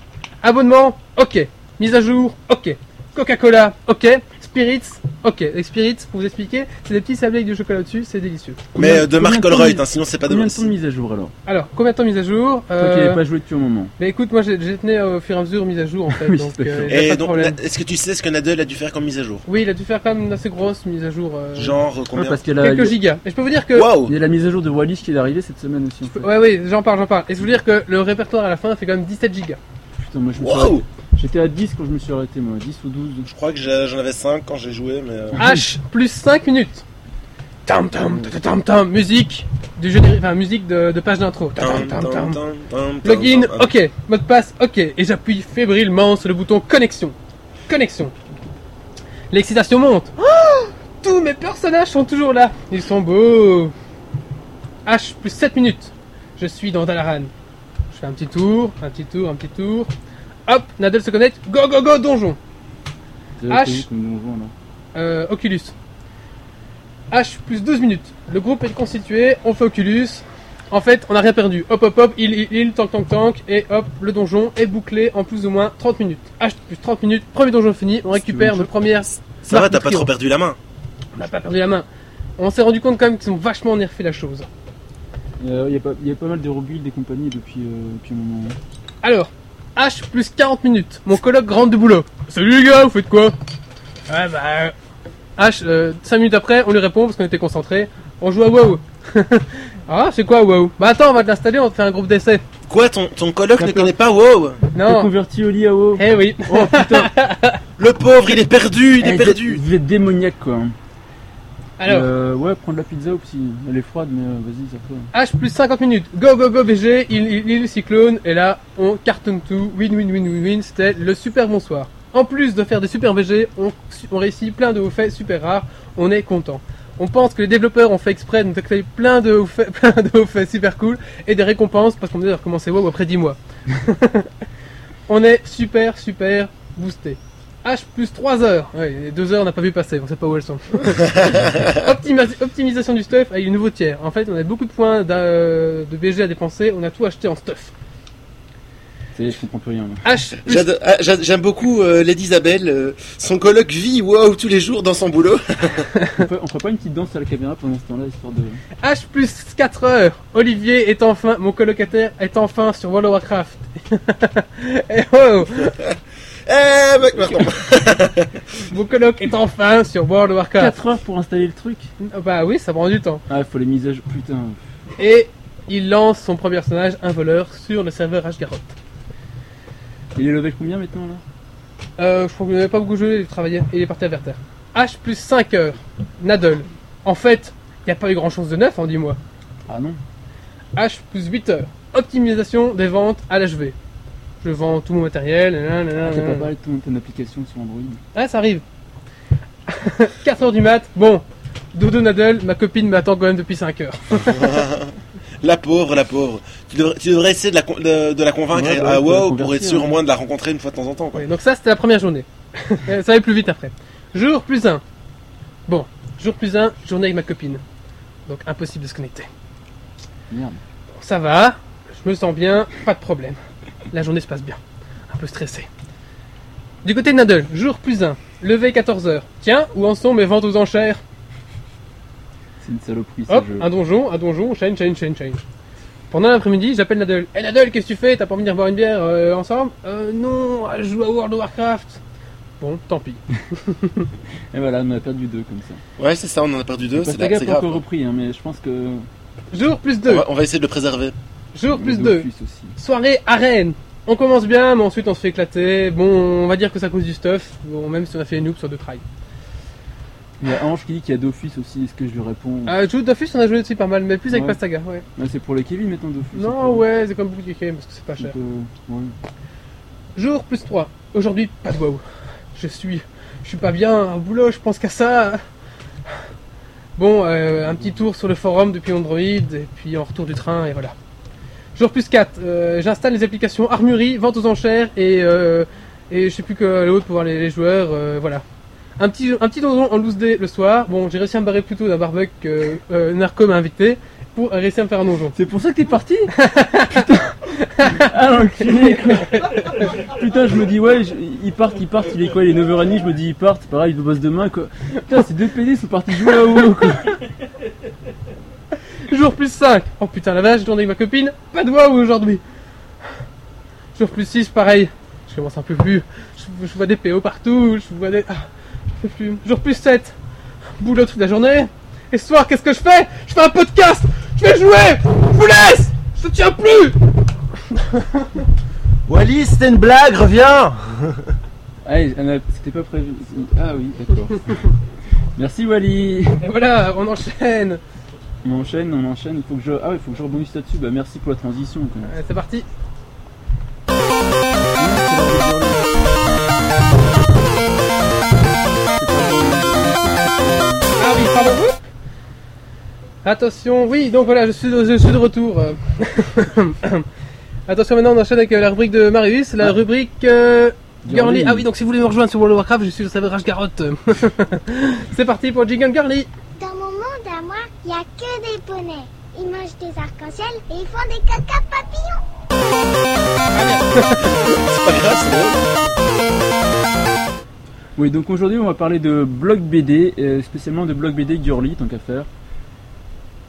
Abonnement, ok. Mise à jour, ok. Coca-Cola, ok. Spirits, ok. Les Spirits, pour vous expliquer, c'est des petits sablés avec du chocolat dessus, c'est délicieux.
Mais
Combien-
euh, de
combien
Marc
temps de
Colruyt,
mise-
hein, sinon c'est pas de
Combien
bon
de temps de
signe.
mise à jour alors
Alors, combien de temps mise à jour
Toi qui
Euh,
n'avais pas joué depuis un moment.
Bah écoute, moi j'ai j'ai tenu euh, au fur et à mesure mise à jour en fait,
Oui,
donc
c'est
euh,
sûr.
y a pas
Et
de
donc,
problème.
na- est-ce que tu sais ce que Nadal a dû faire comme mise à jour
Oui, il a dû faire quand même une assez grosse mise à jour. euh,
Genre, euh,
Ouais,
combien
parce qu'il y, a la-
quelques gigas. Et je peux vous dire que.
il
Waouh
y a la mise à jour de Wallis qui est arrivée cette semaine aussi. En fait.
Ouais, ouais, j'en parle, j'en parle. Et je veux dire que le répertoire à la fin fait quand même 17 gigas.
Putain, moi, je me suis arrêté.
Waouh
J'étais à 10 quand je me suis arrêté, moi. 10 ou 12. donc
Je crois que j'ai- j'en avais 5 quand j'ai joué, mais. euh,
H plus 5 minutes. Tam tam tam tam tam musique du jeu enfin musique de, de page d'intro.
Ah,
Tam, tam, tam. Login, ok, mot de passe, ok, et j'appuie fébrilement sur le bouton connexion. Connexion. L'excitation monte. Oh Tous mes personnages sont toujours là. Ils sont beaux. H plus 7 minutes. Je suis dans Dalaran. Je fais un petit tour, un petit tour, un petit tour. Hop, Nadel se connecte. Go, go, go, donjon.
c'est la
H.
télé que nous jouons, là.
Euh, Oculus. H plus 12 minutes. Le groupe est constitué, on fait Oculus. En fait, on n'a rien perdu. Hop, hop, hop, il, il, il, tank, tank, tank. Et hop, le donjon est bouclé en plus ou moins 30 minutes. H plus 30 minutes, premier donjon fini, on récupère
veux,
notre première.
Ça va,
marque
t'as
du
pas
trio.
trop perdu la main.
On n'a pas perdu la main. On s'est rendu compte quand même qu'ils ont vachement nerfé la chose.
Il y a- euh, il y, a pas- il y a pas mal de rebuilds des compagnies depuis, euh, depuis un moment.
Oh.
hein.
Alors, H plus 40 minutes. Mon colloque rentre de boulot. Salut les gars, vous faites quoi Ouais bah. H, 5 minutes après, on lui répond parce qu'on était concentrés. On joue à WoW. ah, c'est quoi WoW Bah attends, on va te l'installer, on te fait un groupe d'essai.
Quoi, ton, ton coloc
T'as
ne
peur.
connaît pas Wow
T'as
Non
converti au lit à haut.
Eh oui
Oh putain
Le pauvre, il est perdu, il
Eh,
est
vous êtes-
perdu
Vous êtes démoniaque quoi. hein.
Alors,
Euh, ouais, prendre la pizza aussi. Elle est froide, mais euh, vas-y, ça peut.
H plus 50 minutes. Go, go, go, BG, il, il, il cyclone. Et là, on cartonne tout. Win, win, win, win, win. C'était le super bonsoir. En plus de faire des super BG, on, on réussit plein de hauts faits super rares. On est content. On pense que les développeurs ont fait exprès de nous créer plein de hauts faits, plein de hauts faits super cool et des récompenses parce qu'on devait recommencer WoW après 10 mois. on est super, super boosté. H plus 3 heures. Ouais, les 2 heures on n'a pas vu passer, on sait pas où elles sont. Optima- optimisation du stuff avec le nouveau tiers. En fait, on a beaucoup de points d'a- euh, de BG à dépenser, on a tout acheté en stuff.
Ça y est, je comprends plus rien. là.
H plus-
J'ado- ah, j'a- J'aime beaucoup euh, Lady Isabelle. euh, son coloc vit Wow tous les jours dans son boulot.
On, peut- on fera pas une petite danse à la caméra pendant ce temps-là, histoire de.
H plus 4 heures. Olivier est enfin, mon colocataire est enfin sur World of Warcraft. Et oh,
Eh, mec, pardon.
mon coloc est enfin sur World of Warcraft.
4 heures pour installer le truc
Bah oui, ça prend du temps.
Ah, faut les mises à jour. Putain.
Et il lance son premier personnage, un voleur, sur le serveur H-Garot.
Il est levé combien maintenant là
Euh, je crois que je n'avais pas beaucoup joué, il travaillait, il est parti à Werther. H plus 5 heures. Nadal. En fait, il n'y a pas eu grand chose de neuf hein, en 10 mois.
Ah non.
H plus 8 heures. Optimisation des ventes à l'HV. Je vends tout mon matériel. nanana,
Ah, T'as pas
nanana.
parlé de ton, ton application sur Android.
Ah, ça arrive. 4 heures du mat. Bon, Dodo Nadal, ma copine m'attend quand même depuis 5 heures.
La pauvre, la pauvre. Tu devrais, tu devrais essayer de la, con- de, de la convaincre
Ouais, bah,
à
faut la
Wow pour
convertir,
être sûr au
hein.
moins de la rencontrer une fois de temps en temps. Quoi.
Ouais, donc ça, c'était la première journée. Euh, ça va plus vite après. Jour plus 1. Bon, jour plus 1, journée avec ma copine. Donc impossible de se connecter.
Merde.
Ça va, je me sens bien, pas de problème. La journée se passe bien. Un peu stressé. Du côté de Nadal, jour plus 1, levé 14h. Tiens, où en sont mes ventes aux enchères
C'est une saloperie ce
Hop, Ah.
jeu.
un donjon, un donjon, chain, chain, chain, chain. Pendant l'après-midi, j'appelle Nadal. Hé Nadal, qu'est-ce que tu fais T'as pas envie de venir boire une bière euh, ensemble Euh, non, je joue à World of Warcraft. Bon, tant pis.
Et voilà, on a perdu deux comme ça.
Ouais, c'est ça, on en a perdu deux. C'est
Pastaga
la-
pas
c'est grave.
encore
quoi.
repris, hein, mais je pense que.
Jour plus
On
2,
Ah
va, on va essayer de le préserver.
jour plus
bah, deux
2, soirée arène. On commence bien, mais ensuite on se fait éclater. Bon, on va dire que c'est à cause du stuff, bon, même si on a fait les noobs sur deux tries.
Il y a Ange qui dit qu'il y a Dofus aussi, est-ce que je lui réponds
Euh, Joue Dofus, on a joué aussi pas mal, mais plus avec
Ouais.
Pastaga, ouais.
Là, C'est pour les Kevin maintenant Dofus c'est
Non,
pour-
ouais, c'est comme beaucoup de games parce que c'est pas cher.
Donc, euh, ouais.
Jour plus 3. Aujourd'hui, pas de wow. Je suis. Je suis pas bien au boulot, je pense qu'à ça. Bon, euh, un petit tour sur le forum depuis Android, et puis en retour du train, et voilà. Jour plus 4. euh, J'installe les applications Armurerie, Vente aux enchères, et, euh, et je sais plus que l'autre pour voir les, les joueurs, euh, voilà. Un petit, un petit donjon en loose day le soir. Bon, j'ai réussi à me barrer plus tôt d'un barbecue que euh, Narco m'a invité pour réussir à me faire un donjon.
C'est pour ça que t'es parti Putain Ah l'enculé quoi. Putain je me dis ouais je- ils partent, ils partent, il est quoi Il est 9h30, je me dis ils partent, pareil ils bossent demain quoi. Putain ces deux PD sont partis jouer à WoW quoi.
Jour plus 5. Oh putain, la vache, journée avec ma copine. Pas de waouh aujourd'hui. Jour plus 6, pareil. Je commence un peu plus. Je, je vois des PO partout. Je vois des. Ah, je peux plus. Jour plus 7. Boulot toute la journée. Et ce soir, qu'est-ce que je fais Je fais un podcast. Je vais jouer. Je vous laisse. Je ne tiens plus.
Wally, c'était une blague, reviens
Allez, on a- Ah, c'était pas prévu. Ah oui, d'accord. Merci Wally
Et voilà, on enchaîne. Euh,
On enchaîne, on enchaîne, il faut que je. Ah ouais, faut que je rebondisse là-dessus, bah merci pour la transition quoi.
Allez, C'est parti. Ah oui, pardon. Attention, oui, donc voilà, je suis de, je suis de retour. euh. Attention, maintenant on enchaîne avec euh, la rubrique de Marius, la
Ah.
rubrique euh,
Girly.
Girly. Ah oui, donc si vous voulez me rejoindre sur World of Warcraft, je suis le serveur H-Garotte. C'est parti pour Jingle Girly.
Dans mon monde à moi, il n'y a que des poneys. Ils mangent des arcs-en-ciel et ils font des caca papillons.
C'est pas grave, c'est drôle.
Oui, donc aujourd'hui on va parler de blog BD, euh, spécialement de blog BD girly, tant qu'à faire.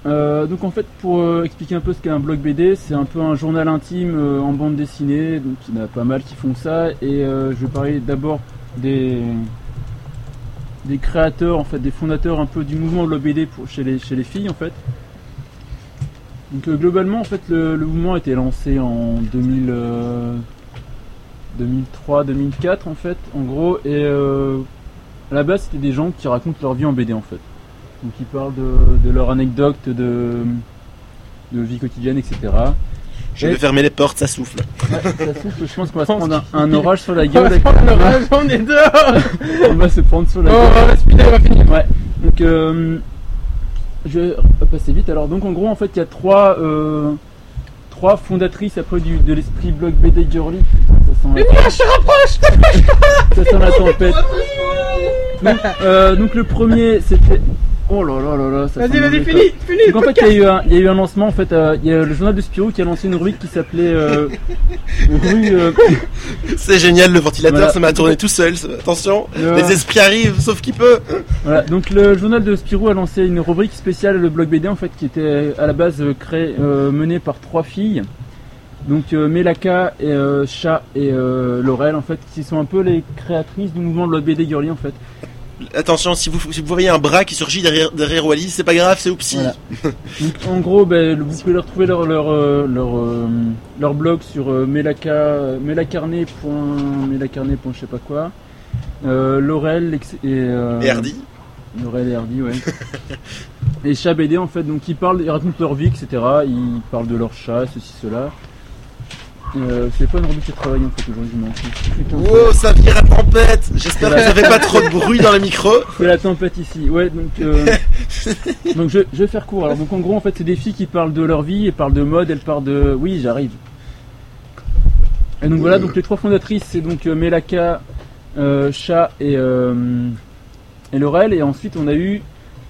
Euh, donc en fait, pour euh, expliquer un peu ce qu'est un blog BD, c'est un peu un journal intime euh, en bande dessinée, donc il y en a pas mal qui font ça, et euh, je vais parler d'abord des des créateurs, en fait, des fondateurs un peu du mouvement blog BD pour, chez, les, chez les filles en fait. Donc euh, globalement, en fait, le, le mouvement a été lancé en 2000, euh, 2003-2004 en fait, en gros. Et euh, à la base, c'était des gens qui racontent leur vie en BD en fait. Donc ils parlent de, de leur anecdote, de, de vie quotidienne, etc.
Je vais fermer les portes, ça souffle.
Ça se trouve, je pense qu'on va se prendre un, un orage sur la gueule.
on, va se prendre le rage, on est dehors.
On va se prendre sur la
Oh,
gueule.
on va respirer, on va finir.
Donc, euh, je vais passer vite. Alors, donc en gros, en fait, il y a trois, euh, trois fondatrices après du, de l'esprit blog BD Girly. Ça sent la, ça sent la tempête. Donc, euh, donc le premier, c'était. Oh là là là là. ça sent
Vas-y,
mauvais,
vas-y,
quoi.
finis, finis.
Donc en fait, il y, a eu un- il y a eu un lancement. En fait, euh, il y a le journal de Spirou qui a lancé une rubrique qui s'appelait euh, Rue. euh,
C'est génial, le ventilateur,
Voilà.
ça m'a tourné tout seul. ça- Attention,
le-
les esprits arrivent, sauf qui peut.
Voilà, donc le journal de Spirou a lancé une rubrique spéciale le blog BD en fait qui était à la base euh, créée euh, menée par trois filles. Donc euh, Melaka et euh, Chat et euh, Laurel en fait qui sont un peu les créatrices du mouvement blog BD girly en fait.
Attention, si vous, si vous voyez un bras qui surgit derrière, derrière Wally, c'est pas grave, c'est Oupsi.
Voilà. Donc en gros ben, vous pouvez leur trouver leur leur euh, leur, euh, leur blog sur euh, Melaka melacarnet point- melacarnet point je sais pas quoi. Euh, Laurel ex- et, euh,
Et Hardy,
Laurel et Hardy, ouais. et chat BD, en fait, donc ils parlent, ils racontent leur vie, etc. Ils parlent de leur chat, ceci, cela. Euh, c'est pas une rubrique qui travaille en fait aujourd'hui, je m'en fous. Putain,
Wow, ça vire à tempête J'espère que ça fait pas trop de bruit dans le micro.
C'est la tempête ici. Ouais, donc. euh, donc je, je vais faire court. Alors, donc en gros, en fait, c'est des filles qui parlent de leur vie, elles parlent de mode, elles parlent de. Oui, j'arrive. Et donc voilà, donc les trois fondatrices, c'est donc euh, Melaka, euh, Chat et, euh, et Laurel. Et ensuite, on a eu.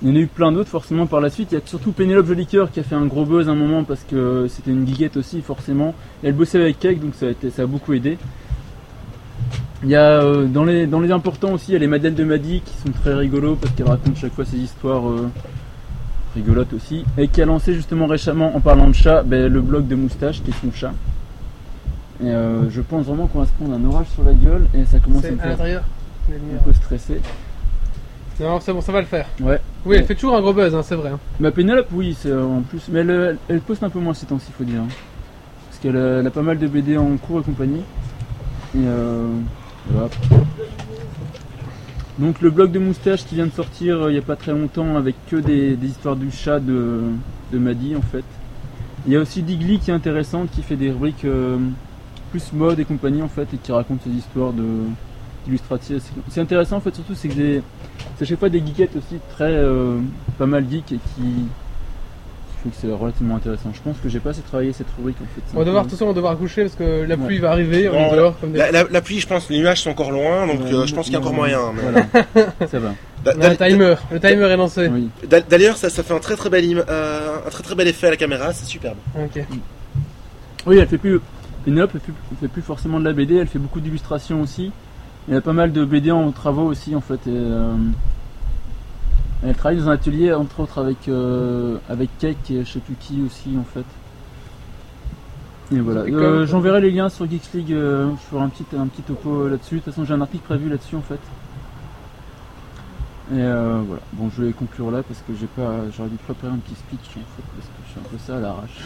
Il y en a eu plein d'autres forcément par la suite. Il y a surtout Pénélope Jolicoeur qui a fait un gros buzz à un moment parce que c'était une guiguette aussi forcément. Et elle bossait avec Cake donc ça a, été, ça a beaucoup aidé. Il y a euh, dans les dans les importants aussi, il y a les Madeleines de Madi qui sont très rigolos parce qu'elles racontent chaque fois ces histoires euh, rigolotes aussi et qui a lancé justement récemment en parlant de chat ben, le blog de Moustache qui est son chat. Et euh, je pense vraiment qu'on va se prendre un orage sur la gueule et ça commence à me
C'est à
faire
l'intérieur. la lumière.
un peu stresser.
Non, c'est bon, ça va le faire.
Ouais.
Oui, elle
Ouais.
fait toujours un gros buzz, hein, c'est vrai. hein.
Ma Pénélope, oui, c'est euh, en plus, mais elle, elle- elle poste un peu moins ces temps-ci, faut dire. hein. Parce qu'elle a, elle a pas mal de BD en cours et compagnie. Et euh, voilà. Donc le blog de moustache qui vient de sortir euh, il n'y a pas très longtemps avec que des, des histoires du chat de, de Maddy en fait. Il y a aussi Digly qui est intéressante qui fait des rubriques euh, plus mode et compagnie en fait et qui raconte ses histoires de d'illustratifs. C'est- C'est intéressant en fait surtout c'est que j'ai sachez pas des geekettes aussi très euh, pas mal geek et qui qui fait que c'est relativement intéressant. Je pense que j'ai pas assez travaillé cette rubrique en fait. C'est
On va
un peu-
devoir, de toute façon, on va devoir coucher parce que la
Ouais.
pluie va arriver, on
Non,
est dehors comme des.
La, la- la pluie, je pense, les nuages sont encore loin, donc euh, je pense qu'il y a encore moyen. mais-
Voilà, ça va.
D'a-
On a
d'a-
le timer, le timer est lancé.
Oui.
d'a- D'ailleurs, ça, ça fait un très très, bel im- euh, un très très bel effet à la caméra, c'est superbe.
Ok.
Oui, elle fait plus. Pénélope, elle fait, plus- elle fait plus forcément de la BD, elle fait beaucoup d'illustrations aussi. Elle a pas mal de BD en travaux aussi en fait. et, euh, elle travaille dans un atelier entre autres avec euh, avec Cake et je sais plus qui aussi en fait. Et voilà.
Et
Euh,
comme-
J'enverrai les liens sur Geeks League. euh, je ferai un petit un petit topo euh, là-dessus. De toute façon, j'ai un article prévu là-dessus en fait. Et euh, voilà. Bon, je vais conclure là parce que j'ai pas j'aurais dû préparer un petit speech en fait parce que je suis un peu ça à l'arrache.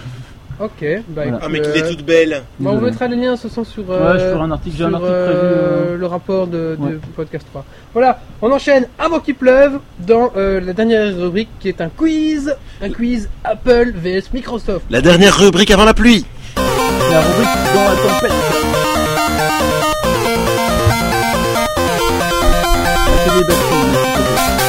Ok, bah
Voilà.
écoute,
Ah, mais qu'il
euh,
est toute belle.
bah, on
Désolé.
mettra les liens ce sont sur, euh,
Ouais, je ferai un article, j'ai un
sur,
article
euh,
prévu. euh,
le rapport de, de
Ouais.
Podcast 3. Voilà, on enchaîne avant qu'il pleuve dans euh, la dernière rubrique qui est un quiz. Un quiz Apple vs Microsoft.
La dernière rubrique avant la pluie.
La rubrique dans la tempête. C'est euh, des belles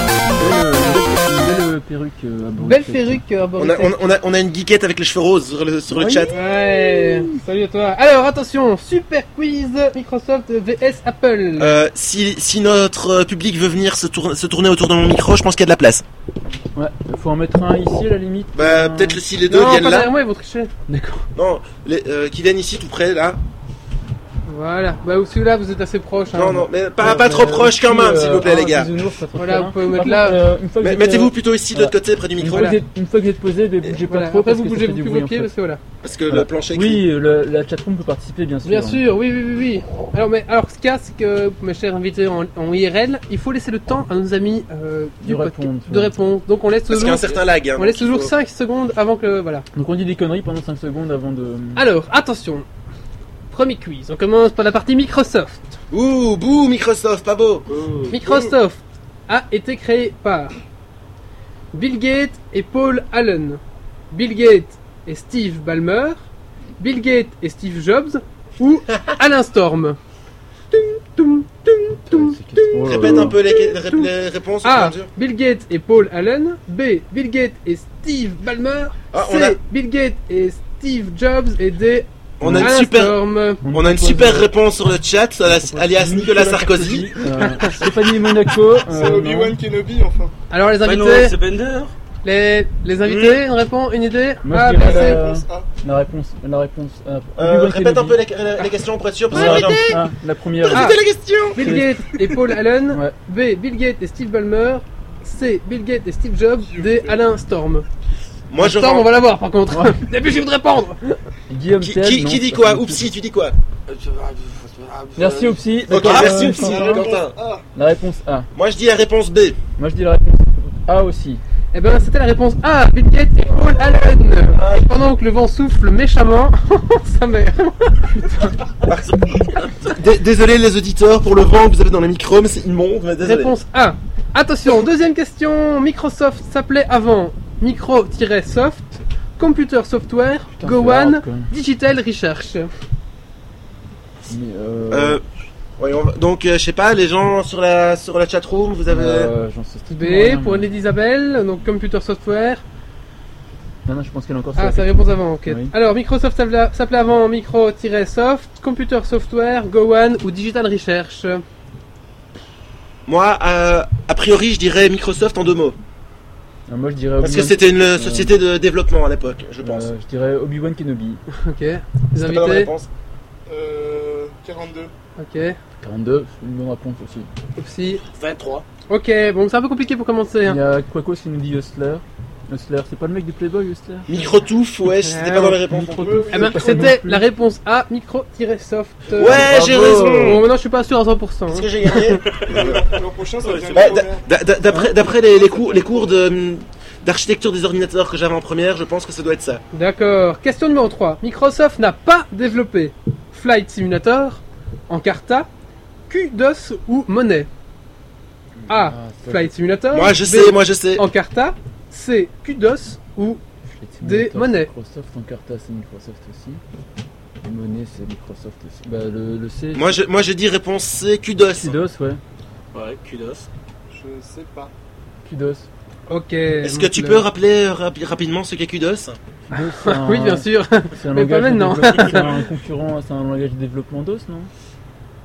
choses. Une belle- une belle- une belle perruque. euh, à
Belle
Bruxelles.
perruque, euh,
On a,
Boris.
on, a- on a, on a une geekette avec les cheveux roses sur le, sur le
Oui.
chat.
Ouais, salut à toi. Alors attention, super quiz Microsoft vs Apple.
Euh, si, si notre euh, public veut venir se, tourner- se tourner autour de mon micro, je pense qu'il y a de la place.
Ouais, faut en mettre un ici à la limite.
Bah,
Euh,
peut-être si les deux
non, pas
viennent là.
derrière moi, ils vont tricher.
D'accord.
Non, les, euh, qui viennent ici tout près là.
Voilà, bah celui-là vous êtes assez proche. hein.
Non, non, mais pas, pas
Euh,
trop proche quand
si,
même,
euh,
s'il vous plaît,
un
les gars.
bisounours, pas trop
Voilà,
câlin.
vous pouvez
Par
mettre
contre,
là.
euh, une fois que
Mais-
vous êtes,
Mettez-vous plutôt ici de
voilà.
l'autre côté près du
Une
micro,
fois, que vous êtes- une fois que vous êtes posé, ne bougez
Voilà,
pas trop
après
parce
vous
que ça
bougez
fait du
plus
bruit,
vos
en
pieds
fait.
parce que voilà.
parce que
Voilà.
le plancher.
Oui, euh, le- la chatroom peut participer bien sûr.
Bien sûr, oui, oui, oui, oui. Alors, mais, alors ce cas, c'est que, mes chers invités en, en IRL, il faut laisser le temps à nos amis euh, du
De
podcast-
répondre,
de répondre. Donc, on laisse
Parce qu'il y a un
toujours,
certain lag. hein,
on laisse
donc il
toujours
faut-
5 secondes avant que. Voilà.
Donc on dit des conneries pendant 5 secondes avant de.
Alors, attention. Premier quiz. On commence par la partie Microsoft.
Ouh, bouh, Microsoft, pas beau.
Microsoft a été créé par Bill Gates et Paul Allen, Bill Gates et Steve Ballmer, Bill Gates et Steve Jobs ou Alan Storm. Toum, toum, toum, toum.
Oh,
Répète un peu les, les- les réponses. au fur et à
A.
mesure.
Bill Gates et Paul Allen. B. Bill Gates et Steve Ballmer.
Ah,
C.
on a-
Bill Gates et Steve Jobs. Et D.
On a une
Alan
super.
Storm.
On a une super réponse sur le chat, alias alias Nicolas Sarkozy.
Euh, Stéphanie Monaco. euh, non.
Kenobi, enfin.
Alors les
Bah non,
invités,
c'est Bender.
les, les invités,
Hmm.
une réponse, une idée.
Moi, je
A, B,
dirais
C.
la-
Réponse A.
La réponse. La réponse. euh,
Ah, Euh,
Obi-Wan
répète un
Kenobi.
peu les, les- les questions pour être sûr. parce que
Euh,
j'en-
ah, La première.
Ah.
Répétez la question.
Bill Gates et Paul Allen.
Ouais.
B. Bill Gates et Steve Ballmer. C. Bill Gates et Steve Jobs. D. Alain Storm.
Moi je
Storm, on
vends.
va l'avoir par contre. Début, je vais me répondre.
Guillaume
Qui,
Tell,
qui-
non,
qui dit
ça,
quoi
c'est-
Oupsi, tu dis quoi
Merci Oupsi.
Ok,
D'accord,
merci
euh,
Oupsi.
Quentin.
Quentin.
A.
La réponse A.
Moi je dis la réponse B.
Moi je dis la réponse A aussi.
Eh ben, c'était la réponse A. Bill Gates et Paul Allen. Et pendant que le vent souffle méchamment, sa mère.
D- Désolé les auditeurs pour le vent que vous avez dans les micros, mais c'est immonde. Mais désolé.
Réponse A. Attention, deuxième question. Microsoft s'appelait avant Micro-Soft, Computer Software,
Putain, c'est
GoOne,
hard, quoi.
Digital Research.
Mais, euh,
Euh, ouais, on va- donc euh, je sais pas, les gens sur la sur la chatroom, vous avez.
euh, j'en sais strictement rien,
B pour
mais-
Lady Isabelle, donc Computer Software.
Non, non, je pense qu'elle est encore sur
Ah,
la
ça répond avant, ok.
Oui.
Alors, Microsoft s'appelait s'appelait avant Micro-Soft, Computer Software, GoOne ou Digital Research.
Moi, euh, a priori, je dirais Microsoft en deux mots,
Ah, Moi je dirais
parce que
Obi-Wan-
c'était une société de développement à l'époque, je pense.
euh, je dirais Obi-Wan Kenobi.
Ok. Les
C'est pas dans la
invités.
réponse.
Euh, 42.
Ok.
42, c'est une bonne réponse aussi.
Oupsi.
23.
Ok, bon, c'est un peu compliqué pour commencer. hein.
Il y a Quacos qui nous dit Hustler. Hustler, c'est pas le mec du Playboy, Hustler
Microtouf, ouais, c'était pas dans les réponses. non plus.
Eh ben, c'était la réponse A, micro-soft.
Ouais, j'ai raison.
Bon, maintenant je suis pas sûr à 100%. hein.
Est-ce que j'ai gagné
L'an prochain, ça va
Ouais,
être
c'est
un
Bah,
gros merde.
d'a- d'a- D'après d'après les, les cours, les cours de, hum, d'architecture des ordinateurs que j'avais en première, je pense que ça doit être ça.
D'accord. Question numéro 3. Microsoft n'a pas développé Flight Simulator, Encarta, QDOS ou Monet. A.
ça,
Ah, Flight Simulator.
Moi je
B,
sais, moi je sais.
Encarta. C. QDOS ou
Flight
Des
Simulator, c'est
monnaies.
Microsoft, Encarta, c'est Microsoft aussi. Monnaie, c'est Microsoft aussi. Bah, le, le C.
Moi je, moi je dis réponse C, QDOS.
Kudos, ouais.
Ouais, Kudos.
Je sais pas.
Kudos.
Ok.
Est-ce que tu
Le-
peux rappeler euh, rapi- rapidement ce qu'est QDOS
Kudos, c'est un-
Oui, bien sûr.
C'est un
Mais pas
langage de
maintenant.
développement- C'est un concurrent, c'est un langage de développement DOS, non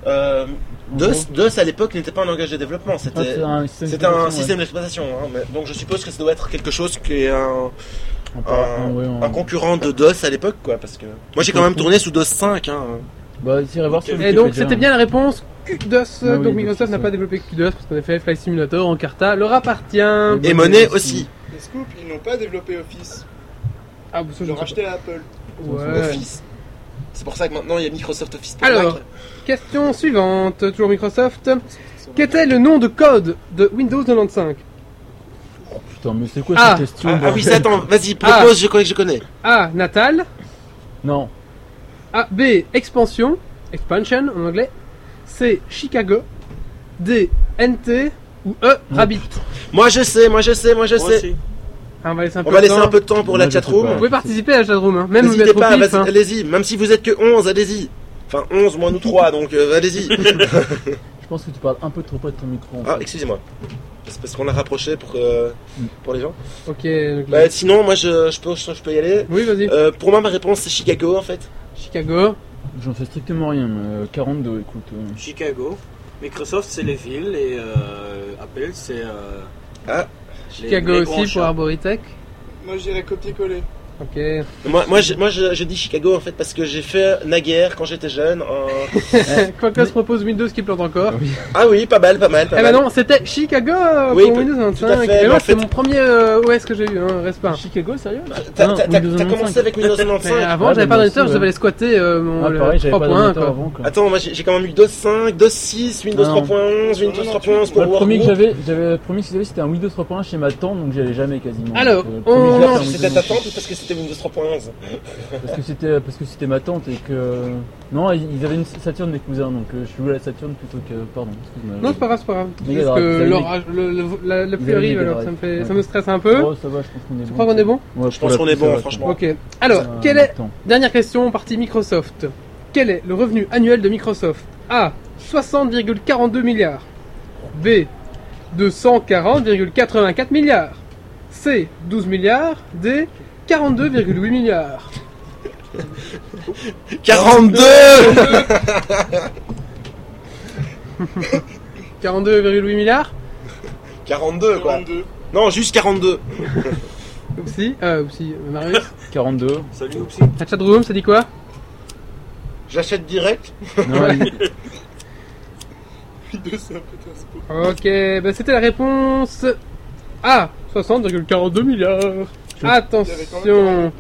euh,
En gros.
DOS, DOS à l'époque n'était pas un langage de développement,
Ah,
c'était
c'est un système.
c'était un
d'exploitation,
système d'exploitation. hein, mais- donc je suppose que ça doit être quelque chose qui est un,
ouais. En par-
un,
en- Ah, ouais, en-
un concurrent de DOS à l'époque, quoi. Parce que moi j'ai quand même tourné sous DOS 5. Hein.
Bah, ici, voir sur
Et donc
Wikipédia, hein.
c'était bien la réponse QDOS.
Ah oui,
donc Microsoft
c'est
n'a
ça.
pas développé QDOS parce qu'en effet Flight Simulator, Encarta leur appartient.
Et ben, Monet aussi.
Les scoops, ils n'ont pas développé Office.
Ah, vous
Ils l'ont racheté à Apple.
Ouais.
Office. C'est pour ça que maintenant il y a Microsoft Office. pour
Alors.
Mac.
Question suivante, toujours Microsoft. Qu'était le nom de code de Windows 95
Putain, mais c'est quoi
Ah.
cette question
Ah, ah oui,
bordel
ça, attends, vas-y, propose, je connais, je connais.
A. Natal.
Non,
A, B, expansion, expansion en anglais. C, Chicago. D, NT. Ou E, Rabbit.
Moi je sais, moi je sais, moi je
Moi
sais.
aussi.
Ah, on va laisser un peu
On va
de
laisser
temps.
un peu de temps pour
Moi,
la
je sais
Vous
chatroom.
pas.
pouvez participer à la chatroom, hein. même le
N'hésitez
mettre au
pas,
pif,
vas-y,
hein.
allez-y, même si vous êtes que 11, allez-y. Enfin 11, moins nous 3, donc euh, allez-y.
je pense que tu parles un peu trop près de ton micro. en
Ah,
fait.
excusez-moi. C'est parce qu'on l'a rapproché pour, euh, pour les gens.
Ok. donc-
Bah, sinon, moi je, je, peux, je, je peux y aller.
Mm. oui, vas-y.
Euh, pour moi, ma réponse c'est Chicago en fait.
Chicago.
J'en sais strictement rien, mais euh, 42, écoute. euh,
Chicago. Microsoft, c'est les villes et euh, Apple, c'est. euh,
Ah.
les-
Chicago
les grands
aussi pour
chats.
Arboritech.
Moi, j'irais copier-coller.
Ok.
Moi, moi, je, moi je, je dis Chicago en fait parce que j'ai fait naguère quand j'étais jeune. en-
Quoique se propose Windows qui plante encore.
Ah oui, pas mal, pas mal,
Eh
pas
ben
mal.
non, c'était Chicago euh,
Oui,
pour
tout-
Windows
tout à
95.
fait,
Et
mais
moi,
en
c'était
fait-
mon premier euh, OS que j'ai eu, hein, reste pas.
Chicago, sérieux
Bah,
Ah,
T'as-
Non,
t'as- T'as
Windows
t'as commencé
95.
avec Windows 95.
Mais avant, j'avais
Ouais, mais
pas
moi
d'ordinateur,
aussi,
je devais aller squatter euh, mon
Ah,
le
pareil, j'avais pas
3.1
d'ordinateur
quoi.
avant. Quoi.
Attends, moi j'ai j'ai quand même eu DOS 5, DOS 6, Windows
Ah non.
3.11, Windows 3.11 pour
Moi, le premier que
Wargroup.
j'avais, j'avais le premier que j'avais, c'était un Windows 3.1 chez ma tante, donc j'y allais jamais quasiment.
Alors,
Donc, euh, le
on-
premier que j'ai,
Non,
c'est un
C'était
Windows
ta tante ou parce que c'était Windows 3.11
Parce que c'était parce que c'était ma tante et que non, ils ils avaient une Saturn mes cousins, donc euh, je suis joué à la Saturn plutôt que pardon. excuse-moi.
Non, c'est pas grave, c'est pas grave.
Mais
Juste
alors, vous
que
avez
l'orage, le, le- la, la
Vous
pluie
avez
arrive,
des
alors
oreilles.
ça me, fait,
Ouais.
ça me stresse un peu.
Oh, ça va, je pense qu'on est bon.
tu crois qu'on est bon
Ouais, pour
Je pense
la
qu'on est
pub, ça
bon,
va,
franchement.
Ok. Alors,
Ça,
quelle
on a
est...
le temps.
Dernière question, partie Microsoft. Quel est le revenu annuel de Microsoft A. 60,42 milliards. B. 240,84 milliards. C. 12 milliards. D. 42,8 milliards.
42
42,8 milliards
42 quoi.
42.
Non, juste 42.
Oupsi, euh, oupsi, Marius.
42.
Salut, Oupsi.
La chatroom, ça dit quoi
J'achète direct.
Non, il-
Windows, c'est un peu un spook.
Ok, bah c'était la réponse A. 60,42 milliards.
Il y avait quand même
Attention.
42 dedans.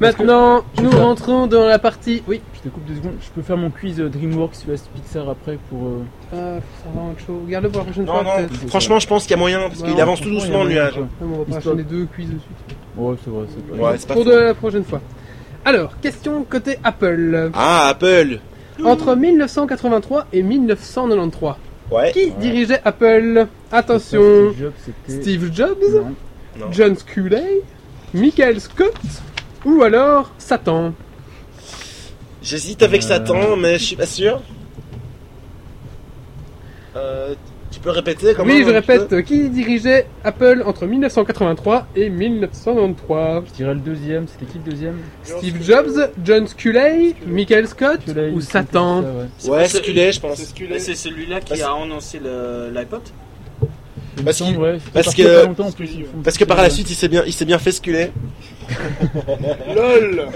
Maintenant,
Je
nous
vais faire-
rentrons dans la partie. Oui.
je te coupe deux secondes. Je peux faire mon quiz euh, DreamWorks US Pixar après pour. euh,
Euh, ça va, autre chose. Garde-le pour la prochaine
Non,
fois.
non,
peut-être.
franchement, je pense qu'il y a moyen parce
Ouais,
qu'il avance tout
Bah franchement,
doucement le
il y a moyen,
nuage.
quoi.
Non, mais on va pas
Histoire-
enchaîner deux quiz de suite.
Ouais, c'est vrai, c'est pas.
Ouais, c'est pas
Pour de
faux.
la prochaine fois. Alors, question côté Apple.
Ah, Apple
Entre 1983 et 1993,
Ouais.
qui dirigeait Apple Attention,
Steve Jobs, c'était-
Steve Jobs,
Non.
Non.
John Sculley, Michael Scott ou alors Satan
J'hésite avec
Euh.
Satan, mais je suis pas sûr. Euh, tu peux répéter comment
Oui, je
tu peux
répète, qui dirigeait Apple entre 1983 et 1993
Je dirais le deuxième. C'était qui le deuxième
Steve Jobs, John Sculley, Michael Scott
Que là,
ou
il-
Satan
ça, ouais.
Ouais,
C'est-
Scully, je
C'est
pense.
ce qu'il
Mais
est.
c'est celui-là qui
Parce-
a annoncé le- l'iPod
Il me
Parce
semble,
qu'il-
ouais, c'était
parce
sorti
que-
il y a pas longtemps, en plus, ils font-
Parce que par la
Ouais.
suite, il s'est bien, il s'est bien fait sculer.
LOL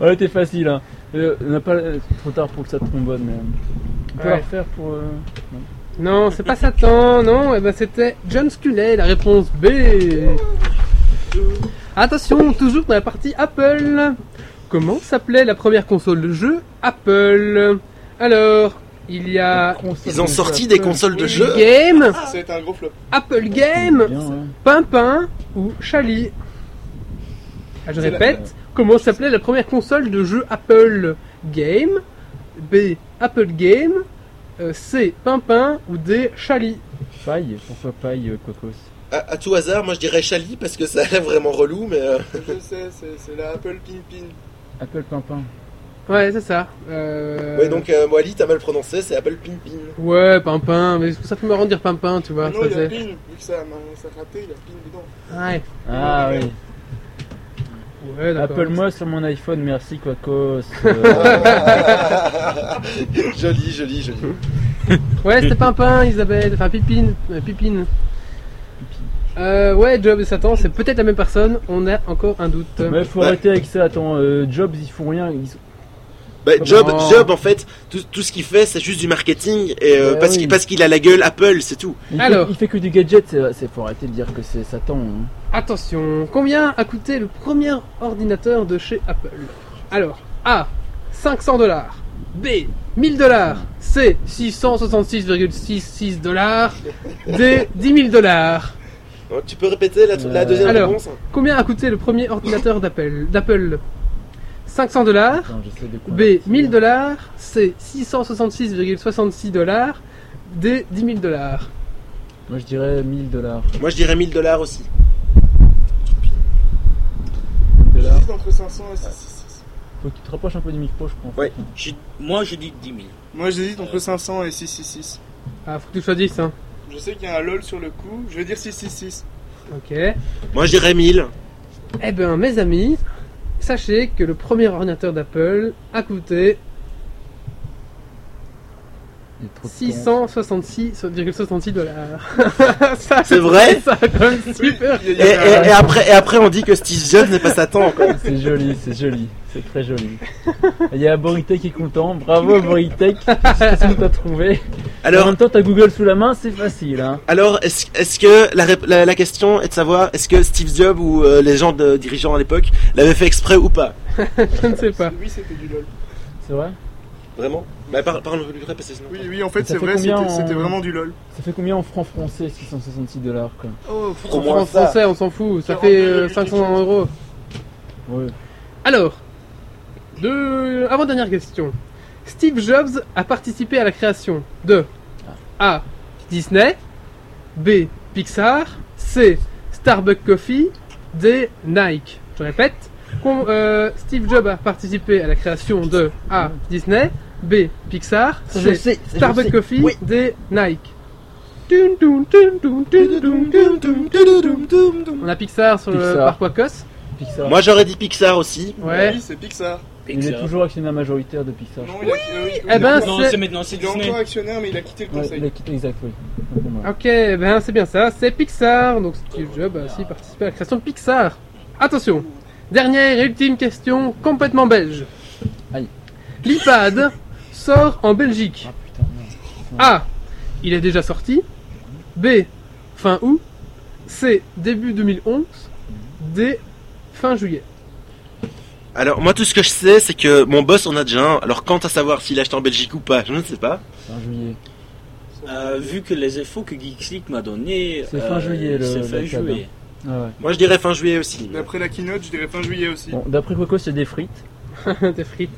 Ouais, t'es facile, hein. Euh, on n'a pas euh, trop tard pour le sac trombone, mais. euh, On peut
Ouais.
la refaire pour. euh,
Non, c'est pas Satan, non, eh ben c'était John Sculley, la réponse B. Attention, toujours dans la partie Apple. Comment s'appelait la première console de jeu Apple Alors, il y a
Ils ont sorti des consoles de jeux.
Game,
Ah, C'est un gros flop.
Apple Game,
Bien, ouais.
Pimpin ou Chali. Ah, je
C'est la-
répète, comment s'appelait la première console de jeu Apple Game B. Apple Game euh, C. Pimpin ou D. Chali.
Paille, pourquoi paille, euh, Cocos
À, à tout hasard, moi je dirais Chali parce que ça a l'air vraiment relou, mais euh,
Je sais, c'est c'est la Apple Pin Pin.
Apple Pimpin.
Ouais, c'est ça. Euh,
ouais donc euh, Moali t'as mal prononcé, c'est Apple Pin Pin.
Ouais, Pimpin, mais ça fait marrant de dire Pimpin, tu vois.
Ah non,
ça
il y a
faisait-
Pin. Vu que ça a ça a raté, il y a Pin dedans.
Ouais,
Ah oui.
ouais, d'accord.
Appelle-moi sur mon iPhone, merci Euh, Quacos.
joli, joli, joli.
Ouais, c'était Pimpin, Isabelle, enfin Pipine, euh, Pipine. Euh, ouais, Job et Satan, c'est peut-être la même personne, on a encore un doute.
Mais faut
Ouais.
arrêter avec ça. Attends, euh, Jobs ils font rien. Ils...
Bah, job,
Oh.
job en fait, tout, tout ce qu'il fait c'est juste du marketing et euh,
Ouais,
Bah
parce
oui.
qu'il parce qu'il a la gueule Apple, c'est tout.
Il,
Alors.
fait, il fait que du gadget. C'est c'est- faut arrêter de dire que c'est Satan. hein.
Attention, combien a coûté le premier ordinateur de chez Apple Alors, A, 500 dollars. B, 1000 dollars. C, 666,66 dollars. D, 10 000 dollars.
Donc, tu peux répéter la, la deuxième
Euh, Alors.
réponse
Combien a coûté le premier ordinateur d'Apple D'Apple 500 dollars.
Attends, j'essaie de
B,
convertir.
1000 dollars. C, 666,66 dollars. D, 10 000 dollars.
Moi je dirais 1000 dollars.
Moi je dirais 1000 dollars aussi.
J'hésite entre 500 et 666.
Faut que tu te rapproches un peu du micro, je pense.
Ouais.
Je- moi, je dis 10 000.
Moi, j'hésite entre 500 et 666.
Ah, faut que tu choisisses, hein.
Je sais qu'il y a un lol sur le coup. Je vais dire 666.
Ok.
Moi je dirais 1000.
Eh ben, mes amis, sachez que le premier ordinateur d'Apple a coûté
Il est trop de temps.
666,66 dollars. Ça,
C'est vrai
Ça, comme super.
Oui, il y
Et,
a- il y a-
et- et après, et après on dit que Steve Jobs n'est pas Satan encore.
C'est joli, c'est joli, c'est très joli. Il y a Boritech qui est content, bravo Boritech, c'est tout à trouver. en
Alors,
même temps, t'as Google sous la main, c'est facile. Hein.
alors est-ce est-ce que la, rép- la, la question est de savoir est-ce que Steve Jobs ou euh, les gens de, dirigeants à l'époque l'avaient fait exprès ou pas
Je ne sais pas.
Oui, c'était du lol.
C'est vrai
Vraiment Bah par- parle-nous du vrai parce que sinon-
Oui, oui, en fait,
Ça
c'est
fait
vrai,
combien
c'était
en-
c'était vraiment du lol.
Ça fait combien en francs français 666 dollars quoi
Oh,
Au
En
moins
francs
ça.
français, on s'en fout. Ça
42
fait euh,
quelque
500
chose.
euros.
Ouais.
Alors, deux... avant-dernière question. Steve Jobs a participé à la création de A. Disney, B. Pixar, C. Starbucks Coffee, D. Nike. Je répète. Con- euh, Steve Jobs a participé à la création de A. Disney, B. Pixar,
Ça, je
C.
sais, ça, je
Starbucks
sais.
Coffee,
Oui.
D. Nike. Dun, dun, dun, dun, dun, dun, dun, dun, dun, dun. On a Pixar sur le
Pixar.
parc Wacos.
Pixar.
Moi j'aurais dit Pixar aussi.
Ouais.
Oui, c'est Pixar.
il est toujours actionnaire majoritaire de Pixar. je
Non,
crois.
il a, euh, oui,
eh ben,
Non,
c'est-
c'est maintenant, c'est
il est
Disney.
encore actionnaire, mais il a quitté le
Ouais,
conseil.
il a quitté, exact, oui. Autant pour moi.
Ok, ben c'est bien ça, c'est Pixar. Donc Steve Jobs a aussi participé à la création de Pixar. Attention, dernière et ultime question complètement belge.
Aïe.
L'iPad sort en Belgique.
Ah putain, merde.
A. Il est déjà sorti. B. Fin août. C. Début 2011. D. Fin juillet.
Alors moi tout ce que je sais c'est que mon boss en a déjà un. Alors quant à savoir s'il acheté en Belgique ou pas, je ne sais pas.
Fin juillet.
Euh, vu que les infos que Geeksleak m'a donné,
C'est fin juillet, le-
c'est fin
le cadre.
juillet.
Ah ouais.
Moi je dirais fin juillet aussi.
D'après la keynote, je dirais fin juillet aussi.
Bon, d'après Coco, c'est des frites.
Des frites.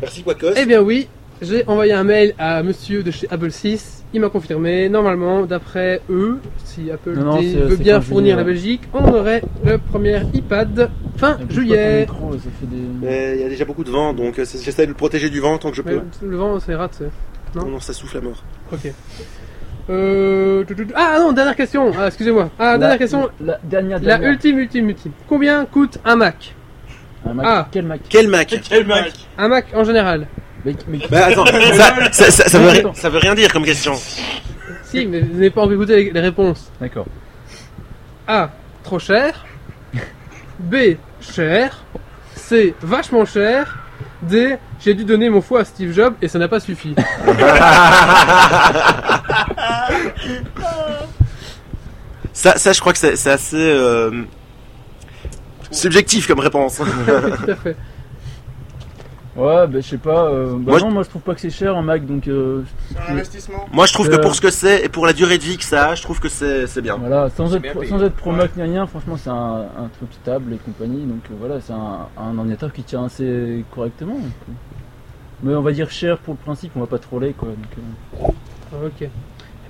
Merci Quacos.
Eh bien oui, j'ai envoyé un mail à monsieur de chez Apple 6. Il m'a confirmé, normalement, d'après eux, si Apple
Non, non,
dit-
c'est-
veut
c'est
bien
fin
fournir
juillet,
la
ouais.
Belgique, on aurait le premier iPad fin
Elle bouge
juillet.
pas ton micro, ça fait des-
Mais il y a déjà beaucoup de vent donc euh, c'est- j'essaie de le protéger du vent tant que je
Mais
peux.
le vent, c'est rate. c'est- non.
Non non ça souffle à mort.
Ok. Euh... tout, tout, tout. Ah non, dernière question. Ah, excusez-moi. Ah, dernière
La-
question.
La dernière,
La
dernière.
ultime, ultime, ultime. Combien coûte un Mac
Un Mac.
Ah.
Quel Mac
Quel Mac
Quel Mac
Un Mac en général.
Mais- mais-
Bah attends, ça, ça, ça, ça veut, ri- ça veut rien dire comme question.
Si, mais vous n'avez pas envie d'écouter les- les réponses.
D'accord.
A. Trop cher. B. Cher. C. Vachement cher. D. J'ai dû donner mon foie à Steve Jobs et ça n'a pas suffi.
Ça, ça je crois que c'est c'est assez euh, subjectif comme réponse.
Tout à fait.
Ouais, bah je sais pas. euh, bah
Moi,
non, moi je trouve pas que c'est cher en Mac, donc euh,
C'est un investissement.
Moi, je trouve que
Euh.
pour ce que c'est et pour la durée de vie que ça a, je trouve que c'est c'est bien.
voilà, sans
Ah. C'est
être,
bien
pro-
payé.
sans être pro Mac ni rien, franchement c'est un, un truc stable et compagnie, donc euh, voilà, c'est un, un ordinateur qui tient assez correctement. donc, euh. Mais on va dire cher pour le principe, on va pas troller quoi. donc, euh.
Ok. Eh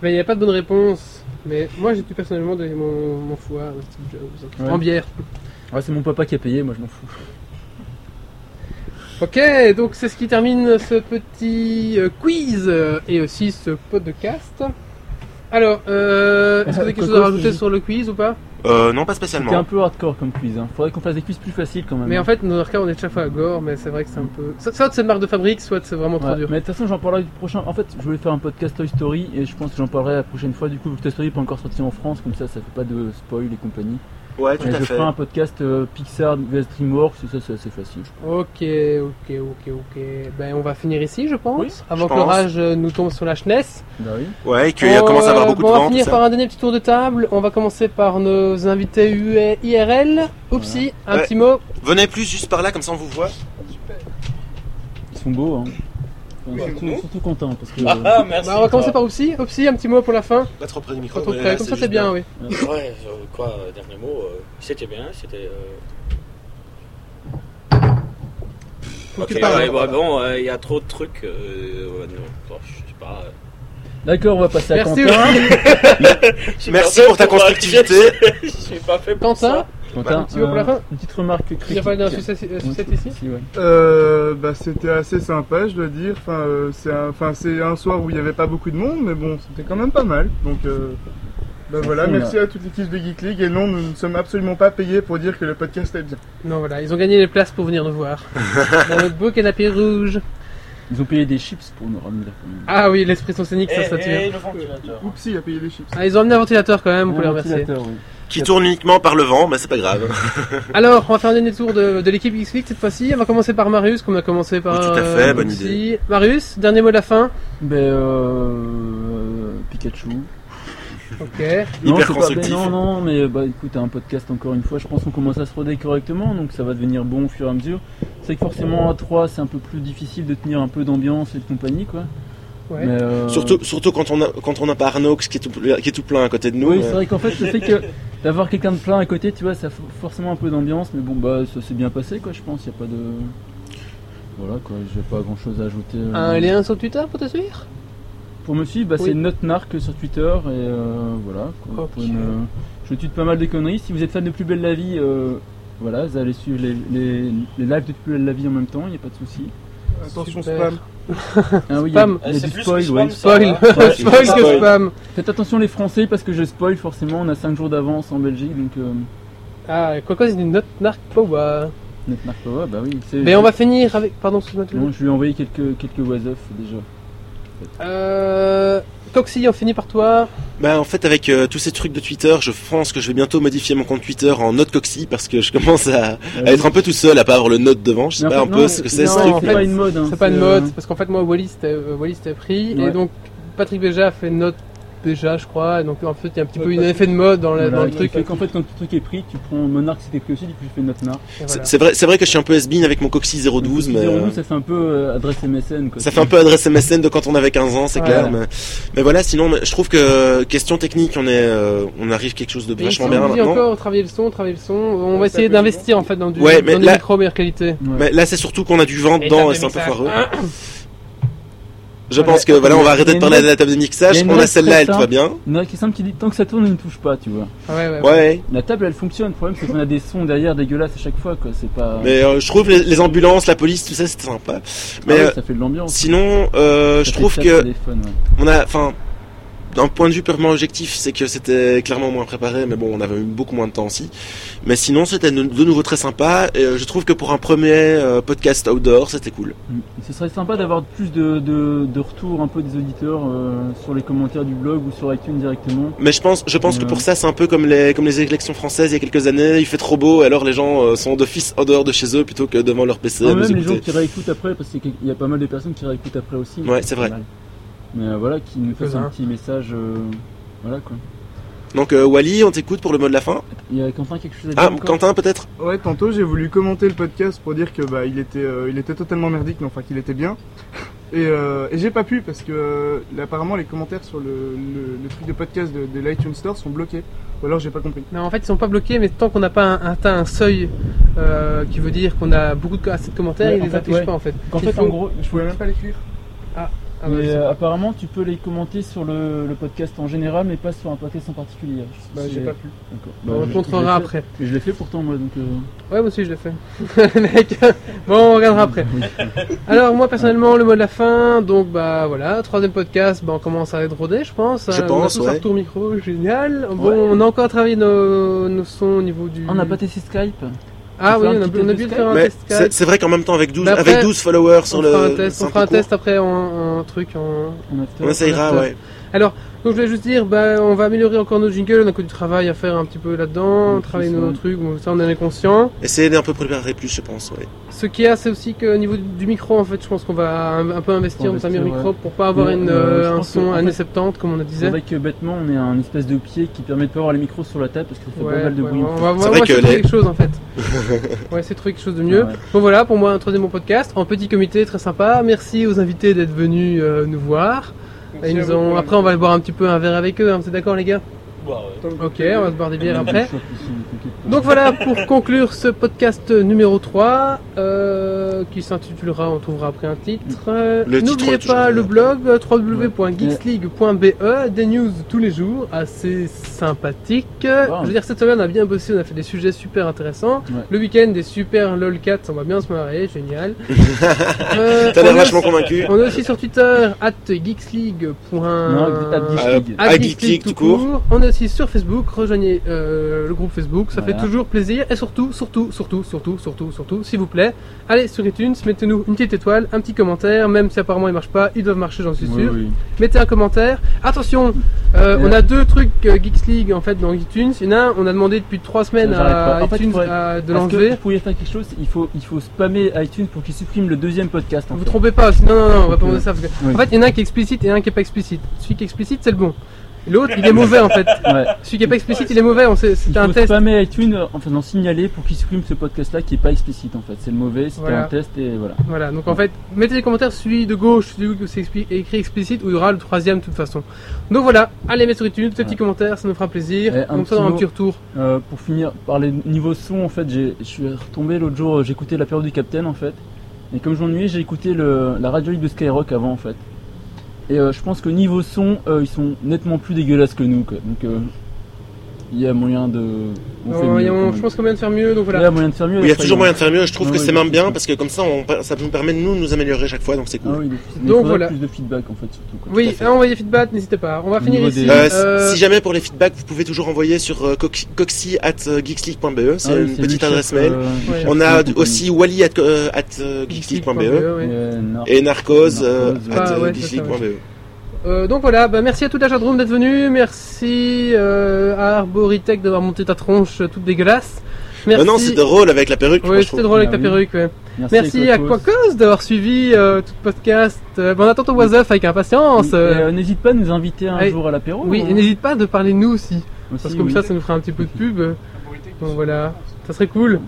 ben, il n'y a pas de bonne réponse. Mais moi, j'ai dû personnellement donner mon, mon foie à Steve Jobs.
Ouais.
En bière.
Ouais, c'est mon papa qui a payé, moi je m'en fous.
Ok, donc c'est ce qui termine ce petit euh, quiz euh, et aussi ce podcast. Alors, euh, est-ce que vous avez quelque chose à
Coco,
rajouter
c'est-
sur le quiz ou pas
Euh, non, pas
C'était un
spécialement.
peu hardcore comme quiz, hein. faudrait qu'on fasse des quiz plus faciles quand même.
Mais en
hein.
fait, dans notre cas, on est chaque fois à gore, mais c'est vrai que c'est un peu. so- Soit c'est une marque de fabrique, soit c'est vraiment trop
Ouais,
dur.
mais de toute façon, j'en parlerai du prochain. En fait, je voulais faire un podcast Toy Story et je pense que j'en parlerai la prochaine fois. Du coup, vu que Toy Story n'est pas encore sorti en France, comme ça, ça fait pas de spoil et compagnie.
Ouais, tout
Et
à
je
fait.
ferai un podcast euh, Pixar vs DreamWorks et ça, c'est assez facile. je pense.
Ok, ok, ok, ok. Ben, on va finir ici, je pense,
Oui,
avant
je
que
pense.
l'orage euh, nous tombe sur la chenesse.
Bah
Ouais, et qu'il y a-
On,
commence à avoir
euh,
beaucoup
bon,
de
On va
vent. tout
finir
ça.
par un dernier petit tour de table. On va commencer par nos invités UE IRL. Oupsi, un
Ouais. Ah,
petit mot.
Venez plus juste par là, comme ça on vous voit.
Ils sont beaux, hein. Enfin,
Oui,
surtout,
non
surtout content parce que. euh,
Ah, merci.
Bah, on va commencer par Oupsi. Oupsi, un petit mot pour la fin.
Pas trop près du micro.
Quand on
mais
crée.
là,
Comme ça,
juste
c'est bien, oui.
Ouais, euh, quoi, euh, dernier mot, euh, c'était bien, c'était. euh,
Faut que
ok,
tu parles.
ouais, bah, bon, euh, il y a trop de trucs. euh, ouais, non, bon, je sais pas. euh,
D'accord, on va passer à
Merci,
Quentin.
je suis
Merci
pas
pour ta
fait
constructivité.
Je suis pas fait pour
Quentin,
ça.
Quentin, euh,
un petit mot pour la fin.
une petite remarque critique.
il n'y a pas d'un sucette euh, sucette ici
Si, ouais.
Euh, bah, c'était assez sympa, je dois dire. Enfin, euh, c'est un, enfin, c'est un soir où il n'y avait pas beaucoup de monde, mais bon, c'était quand même pas mal. Donc, euh, bah, voilà,
cool,
merci à toute l'équipe de Geek League. Et non, nous ne sommes absolument pas payés pour dire que le podcast est bien.
Non, voilà, ils ont gagné les places pour venir nous voir. Dans notre beau canapé rouge.
Ils ont payé des chips pour nous ramener.
Ah oui, l'esprit son scénique,
Eh,
ça, ça tue.
le ventilateur.
Oupsi, il a payé les chips.
Ah, ils ont amené un ventilateur quand même, on
Un
peut les remercier.
ventilateur, oui.
Qui tourne uniquement par le vent, mais c'est pas grave.
Euh. Alors, on va faire un dernier tour de, de l'équipe X League cette fois-ci. On va commencer par Marius, comme on a commencé par.
Oui, tout à
euh,
fait, bonne
Oupsi. Marius, dernier mot de la fin.
Ben, euh, Pikachu.
Ok.
Non,
Hyper
c'est pas-
constructif.
ben non, non, mais bah écoute, un podcast encore une fois, je pense qu'on commence à se roder correctement, donc ça va devenir bon au fur et à mesure. C'est que forcément à 3 c'est un peu plus difficile de tenir un peu d'ambiance et de compagnie, quoi.
Ouais.
Mais, euh,
Surtout, surtout quand on a, quand on a pas Arnox qui est tout, qui est tout plein à côté de nous.
Oui,
euh,
c'est vrai qu'en fait, je sais que d'avoir quelqu'un de plein à côté, tu vois, ça fait forcément un peu d'ambiance, mais bon, bah ça s'est bien passé, quoi, je pense. Il a pas de. Voilà, quoi, j'ai pas grand chose à ajouter. euh.
Un lien sur Twitter pour te suivre
Pour me suivre, bah,
Oui.
c'est notre marque sur Twitter et euh, voilà. quoi. Vous
Ok.
pouvez me- Je tweete pas mal de conneries. Si vous êtes fan de Plus belle la vie, euh, voilà, vous allez suivre les, les, les lives de Plus belle la vie en même temps. Il n'y a pas de souci.
Attention,
Super.
spam.
Ah oui, il y a,
Spam.
il y a
C'est
du
plus
spoil.
que
ouais.
spam, ça.
Spoil,
Ouais,
spoil que
spoil.
spam.
Faites attention les Français parce que je spoil forcément. On a 5 jours d'avance en Belgique, donc euh,
Ah, quoi c'est une note narc power.
notre marque Power, bah oui. c'est-
Mais on va finir avec. Pardon, excuse-moi. tout le
Non,
monde.
je lui ai envoyé quelques quelques was-of déjà.
Euh. Coxy, on finit par toi.
Bah en fait avec euh, tous ces trucs de Twitter, je pense que je vais bientôt modifier mon compte Twitter en note coxy parce que je commence à, à être un peu tout seul à part le note devant. Je sais
Mais en fait,
pas un
non,
peu ce que c'est ce
non,
truc.
en
c'est
fait,
pas une mode. hein,
c'est pas une
euh,
mode, parce qu'en fait, moi, Wallis, t'es euh, Wallis t'es pris. Et
Ouais.
donc, Patrick Béja a fait une note Béja, je crois. Et donc, en fait, il y a un petit peu un effet de mode dans, la-
voilà,
dans le
qui
truc.
fait qu'en fait, quand le truc est pris, tu prends Monarch, c'était pris aussi, du coup, je fais notre marque.
Et
C'est
voilà.
c'est vrai, c'est vrai que je suis un peu has-been avec mon coxy 012, mais euh,
ça fait un peu euh, adresse MSN. Quoi.
ça fait un peu adresse MSN de quand on avait 15 ans, c'est
Ouais.
clair. Mais, mais voilà, sinon mais je trouve que question technique, on est, euh, on arrive quelque chose de
Et ici,
vachement
on
bien
nous dit
maintenant.
encore, travailler le son, travailler le son. On va
Ouais,
essayer
ça peut être
d'investir en fait dans du,
Ouais, mais
dans du
là-
micro meilleure qualité.
Mais là, c'est surtout qu'on a du vent
Et
dedans
table
et c'est un
de
peu
mixage. Ah.
foireux. Je
Voilà.
pense que voilà, on va
Il y a
arrêter de
une
parler de
note-
la table de
il y
mixage.
a une
On a
note hein.
celle-là, elle
très
te va bien.
Il y en a qui simple qui dit tant que ça tourne, on ne touche pas, tu vois.
Ah ouais, ouais.
Ouais.
La table, elle fonctionne. Le problème, c'est qu'on a des sons derrière dégueulasses à chaque fois. quoi. C'est pas.
Mais euh, je trouve les, les ambulances, la police, tout ça, c'était sympa.
Ah
Mais
ouais,
euh,
ça fait de l'ambiance.
sinon, euh,
Ça
je
fait
trouve
chat,
que
téléphone, ouais.
on a, enfin, d'un point de vue purement objectif, c'est que c'était clairement moins préparé, mais bon, on avait eu beaucoup moins de temps aussi. Mais sinon, c'était de, de nouveau très sympa. Et euh, je trouve que pour un premier euh, podcast outdoor, c'était cool.
Mm. Ce serait sympa d'avoir plus de, de, de retours un peu des auditeurs euh, sur les commentaires du blog ou sur iTunes directement.
Mais je pense, je pense que
Ouais.
pour ça, c'est un peu comme les comme les élections françaises il y a quelques années. Il fait trop beau, alors les gens euh, sont d'office en dehors de chez eux plutôt que devant leur PC.
Ah,
à nous
même les gens
écouter.
qui réécoutent après, parce qu'il y a pas mal de personnes qui réécoutent après aussi.
Ouais, c'est vrai.
Pas mal. Mais euh, voilà, qui nous fassent
Faisant.
un petit message. euh, voilà quoi.
Donc euh, Wally, on t'écoute pour le mot de la fin.
Il y a Quentin quelque chose à dire
Ah,
encore
Quentin peut-être
Ouais, tantôt j'ai voulu commenter le podcast pour dire que bah il était euh, il était totalement merdique, mais enfin qu'il était bien. Et, euh, et j'ai pas pu parce que euh, apparemment les commentaires sur le, le, le truc de podcast de, de l'iTunes Store sont bloqués. Ou alors j'ai pas compris.
Non, en fait, ils sont pas bloqués, mais tant qu'on n'a pas un- atteint un seuil euh, qui veut dire qu'on a beaucoup de, assez de commentaires,
Ouais,
ils
en
les
fait,
affichent
ouais.
pas en fait.
En
Il
fait,
faut-
en gros,
Je pouvais même pas l'écrire.
Ah, bah,
mais,
c'est-
euh, apparemment, tu peux les commenter sur le, le podcast en général, mais pas sur un podcast en particulier. Je-
Bah
c'est-
j'ai pas pu.
D'accord.
on
Bah, je-
le
je l'ai
montrera
fait-
après.
mais Je l'ai fait pourtant, moi, donc. euh,
Ouais, moi aussi je l'ai fait. Le mec, bon, on regardera après.
oui.
Alors, moi personnellement, le mot de la fin, donc bah voilà, troisième podcast, bah on commence à être rodé, je pense.
Je
Euh,
pense,
on a tous un
ouais.
retour micro, génial. Bon, on a encore travaillé nos, nos sons au niveau du.
Ah, On n'a pas testé Skype.
Ah oui,
Tu fais un
on a,
petit
on a
test
dû
Skype
faire un
Mais
test
c'est
Skype.
c'est vrai qu'en même temps, avec 12,
Mais après,
avec 12 followers sur
on
le.
fera un test,
le
on fera un
concours,
test après en, en truc en.
On a fait-
On essayera,
Ouais.
ouais.
Donc je voulais juste dire, bah on va améliorer encore nos jingles, on a encore du travail à faire un petit peu là-dedans,
Oui,
travailler
c'est
nos
ça.
trucs, bon, ça on en est conscient.
Essayez d'un peu préparer plus, je pense, ouais.
Ce qu'il y a, c'est aussi que au niveau du- du micro, en fait, je pense qu'on va un, un peu investir
Faut
dans un meilleur
investir,
micro pour pas avoir
Mais,
une,
euh, je
euh, un
pense que,
son
en
années
fait,
70 comme on le disait.
C'est vrai que bêtement, on est un espèce de pied qui permet de pas avoir les micros sur la table parce que ça fait
Ouais,
pas mal de
ouais,
bruit.
on
en fait.
va, on va-
C'est
on
vrai
va
que
essayer de trouver
les-
quelque chose en fait. on va essayer de trouver quelque chose de mieux.
Ouais.
Bon voilà, pour moi un troisième bon podcast, en petit comité, très sympa. Merci aux invités d'être venus euh, nous voir. Et
Merci
ils
à
nous
vous
ont-
pour
Après on va aller boire un petit peu un verre avec eux, hein, vous êtes d'accord les gars
l'invitation.
Ok, on va se boire des bières après.
Je suis ici, t'inquiète pas.
Donc voilà pour conclure ce podcast numéro 3 euh, qui s'intitulera, on trouvera après un titre. Euh,
Le titre, on
N'oubliez
est toujours
pas le
là.
blog euh, www.geeksleague.be, e, des news tous les jours, assez sympathique. Je veux dire, cette semaine on a bien bossé, on a fait des sujets super intéressants.
Ouais.
Le week-end des super lolcats, on va bien se marrer, génial. Euh,
T'as
on
l'air
est-
vachement convaincu.
on est aussi sur Twitter, at geeksleague.
Non, à 10
Euh,
gigs.
À
À
Geeks
Geeks
League
League tout
On est aussi sur Facebook. Rejoignez euh, le groupe Facebook. Ça
Voilà.
fait toujours plaisir. Et surtout, surtout, surtout, surtout, surtout, surtout, s'il vous plaît, allez sur iTunes, mettez-nous une petite étoile, un petit commentaire. Même si apparemment ils marchent pas, ils doivent marcher, j'en suis
Oui,
sûr.
oui.
Mettez un commentaire. Attention, euh,
Ouais.
on a deux trucs euh, Geeks League en fait dans iTunes. Il y en a un, on a demandé depuis trois semaines
J'arrête pas.
à
En fait,
iTunes
faudrait-
à- de
Parce que
l'enlever.
Pour y faire quelque chose, il faut, il faut spammer iTunes pour qu'il supprime le deuxième podcast. en
Vous
fait.
vous trompez pas, aussi. non, non, non, on va pas demander ça. Parce que...
Oui.
En fait, il y en a un qui est explicite et un qui est pas explicite. Celui qui est explicite, c'est le bon. L'autre, il est mauvais en fait.
Ouais.
Celui qui est pas explicite, il est mauvais. On sait-
Il
C'était un
faut
test.
spammer iTunes en faisant signaler pour qu'il supprime ce podcast-là qui est pas explicite en fait. C'est le mauvais, c'était
Voilà.
un test et voilà.
Voilà, donc en fait, mettez les commentaires, celui de gauche, celui où c'est expli- écrit explicite, où il y aura le troisième de toute façon. Donc voilà, allez mettre sur iTunes, des petits
Ouais.
commentaires, ça nous fera plaisir.
Et un
Comme ça,
petit
dans un
mot.
petit retour.
Euh, pour finir par les niveaux son en fait, j'ai- je suis retombé l'autre jour, euh, j'écoutais la période du Capitaine en fait. Et comme j'ennuyais, j'ai écouté le, la radio libre de Skyrock avant en fait. Et euh, je pense que niveau son, euh, ils sont nettement plus dégueulasses que nous quoi. Donc euh, il y a moyen de. on fait
On-
mieux,
Euh, et on-
quand même.
je pense qu'on vient de faire mieux, donc
Il y a
voilà.
moyen de faire mieux.
Oui, il y a
après,
toujours moyen de faire mieux. Je trouve
Ah
que
oui,
c'est même
oui.
bien parce que comme ça, on- ça nous permet de nous, nous améliorer chaque fois, donc c'est
Ah
cool.
oui, donc, il
Donc,
faudrait
voilà.
plus de feedback en fait surtout. quoi.
Oui,
à fait.
hein, envoyez feedback, n'hésitez pas. On va
Au
finir
niveau
ici.
des-
Euh,
euh,
Si jamais pour les feedbacks, vous pouvez toujours envoyer sur euh, coxy- coxy at euh, geeksleague.be,
Ah
c'est
oui,
une
lui,
petite
chef,
adresse mail.
euh, du
Ouais.
chef
On a
de la
aussi wally at, euh, at, euh, geeksleague.be
geeksleague.be, E, ouais.
compagnie. Euh, non.
et narcos euh,
Narcos,
at
ouais.
euh,
Ah ouais,
geeksleague.be.
ça, Euh, donc voilà, bah, merci à toute la chatroom d'être venue, merci euh, à Arboritech d'avoir monté ta tronche euh, toute dégueulasse. Merci.
Maintenant, Bah c'était drôle avec la perruque. moi,
Ouais,
je trouve.
c'était drôle avec ta
Ah oui.
perruque, ouais. Merci à
Quacos.
Quacos d'avoir suivi euh, tout le podcast. Euh, bon, on attend ton was up avec impatience.
Et,
euh,
euh, N'hésite pas à nous inviter un
et-
jour à l'apéro.
oui,
hein.
et n'hésite pas de parler de nous aussi.
Aussi,
Parce que comme
oui.
ça, ça nous fera un petit peu de pub. euh, Donc voilà, ça serait cool.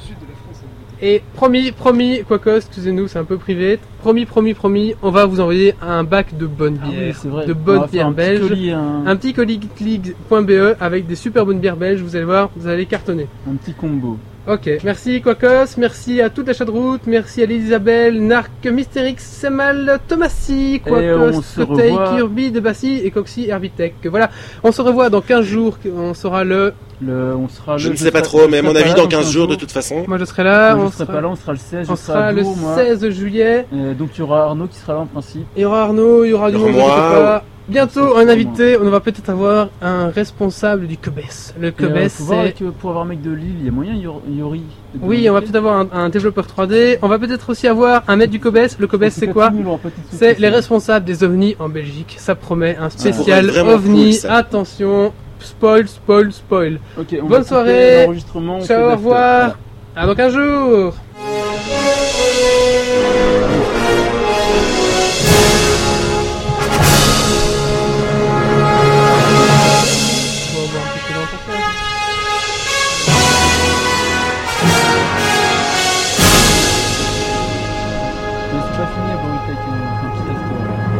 Du sud de la France. hein.
Et promis, promis, Quacos, excusez-nous, c'est un peu privé. Promis, promis, promis, on va vous envoyer un bac de bonne
Ah oui,
bière.
c'est vrai.
de
On
bonnes
va faire
bières
un petit
belges.
colis, un,
Un petit colis geekleague.be E avec des super bonnes bières belges, vous allez voir, vous allez cartonner.
un petit combo.
Ok, merci Quacos, merci à toute la chatroute, merci à l'Isabelle, Narc, Mystérix, Semal, Thomasy,
on
Quacos,
se
Cotei,
revoit.
Kirby, Debassy et Coxy, Herbitech. Voilà, on se revoit dans 15 jours, on sera le...
Le, on sera
Je
le-
ne sais pas
serai-
trop, mais
je
à mon
serai pas
avis,
là
dans 15 jours, de
jours.
toute façon.
Moi je serai là,
Moi,
Ah, on
je serai
sera,
pas là, on sera le 16,
on
je serai
sera
à
le
Bourg, moi.
16 juillet,
Euh, donc, il y aura Arnaud qui sera là en principe.
il y aura Arnaud, il y aura du
Il y aura
monde, je sais
moi.
pas. Bientôt
Ça,
un
c'est
invité, on va peut-être avoir un responsable du COBES. Le
Et, euh,
COBES
faut voir
c'est...
avec, euh, pour avoir un mec de Lille, il y a moyen, Yor- Yori. de-
Oui, on va peut-être avoir un, un développeur 3D, on va peut-être aussi avoir un maître du COBES. Le COBES
On
c'est
continue,
quoi
on aura pas tout de suite,
C'est les responsables des ovnis en Belgique. Ça promet un spécial
pourrait être vraiment
ovni.
cool, ça.
Attention, spoil, spoil, spoil.
Ok, on
Bonne
va couper
soirée.
l'enregistrement, on fait
Ciao, au
l'after.
revoir. À donc un jour. Bon,
euh, Mais c'est pas fini pour une petite histoire.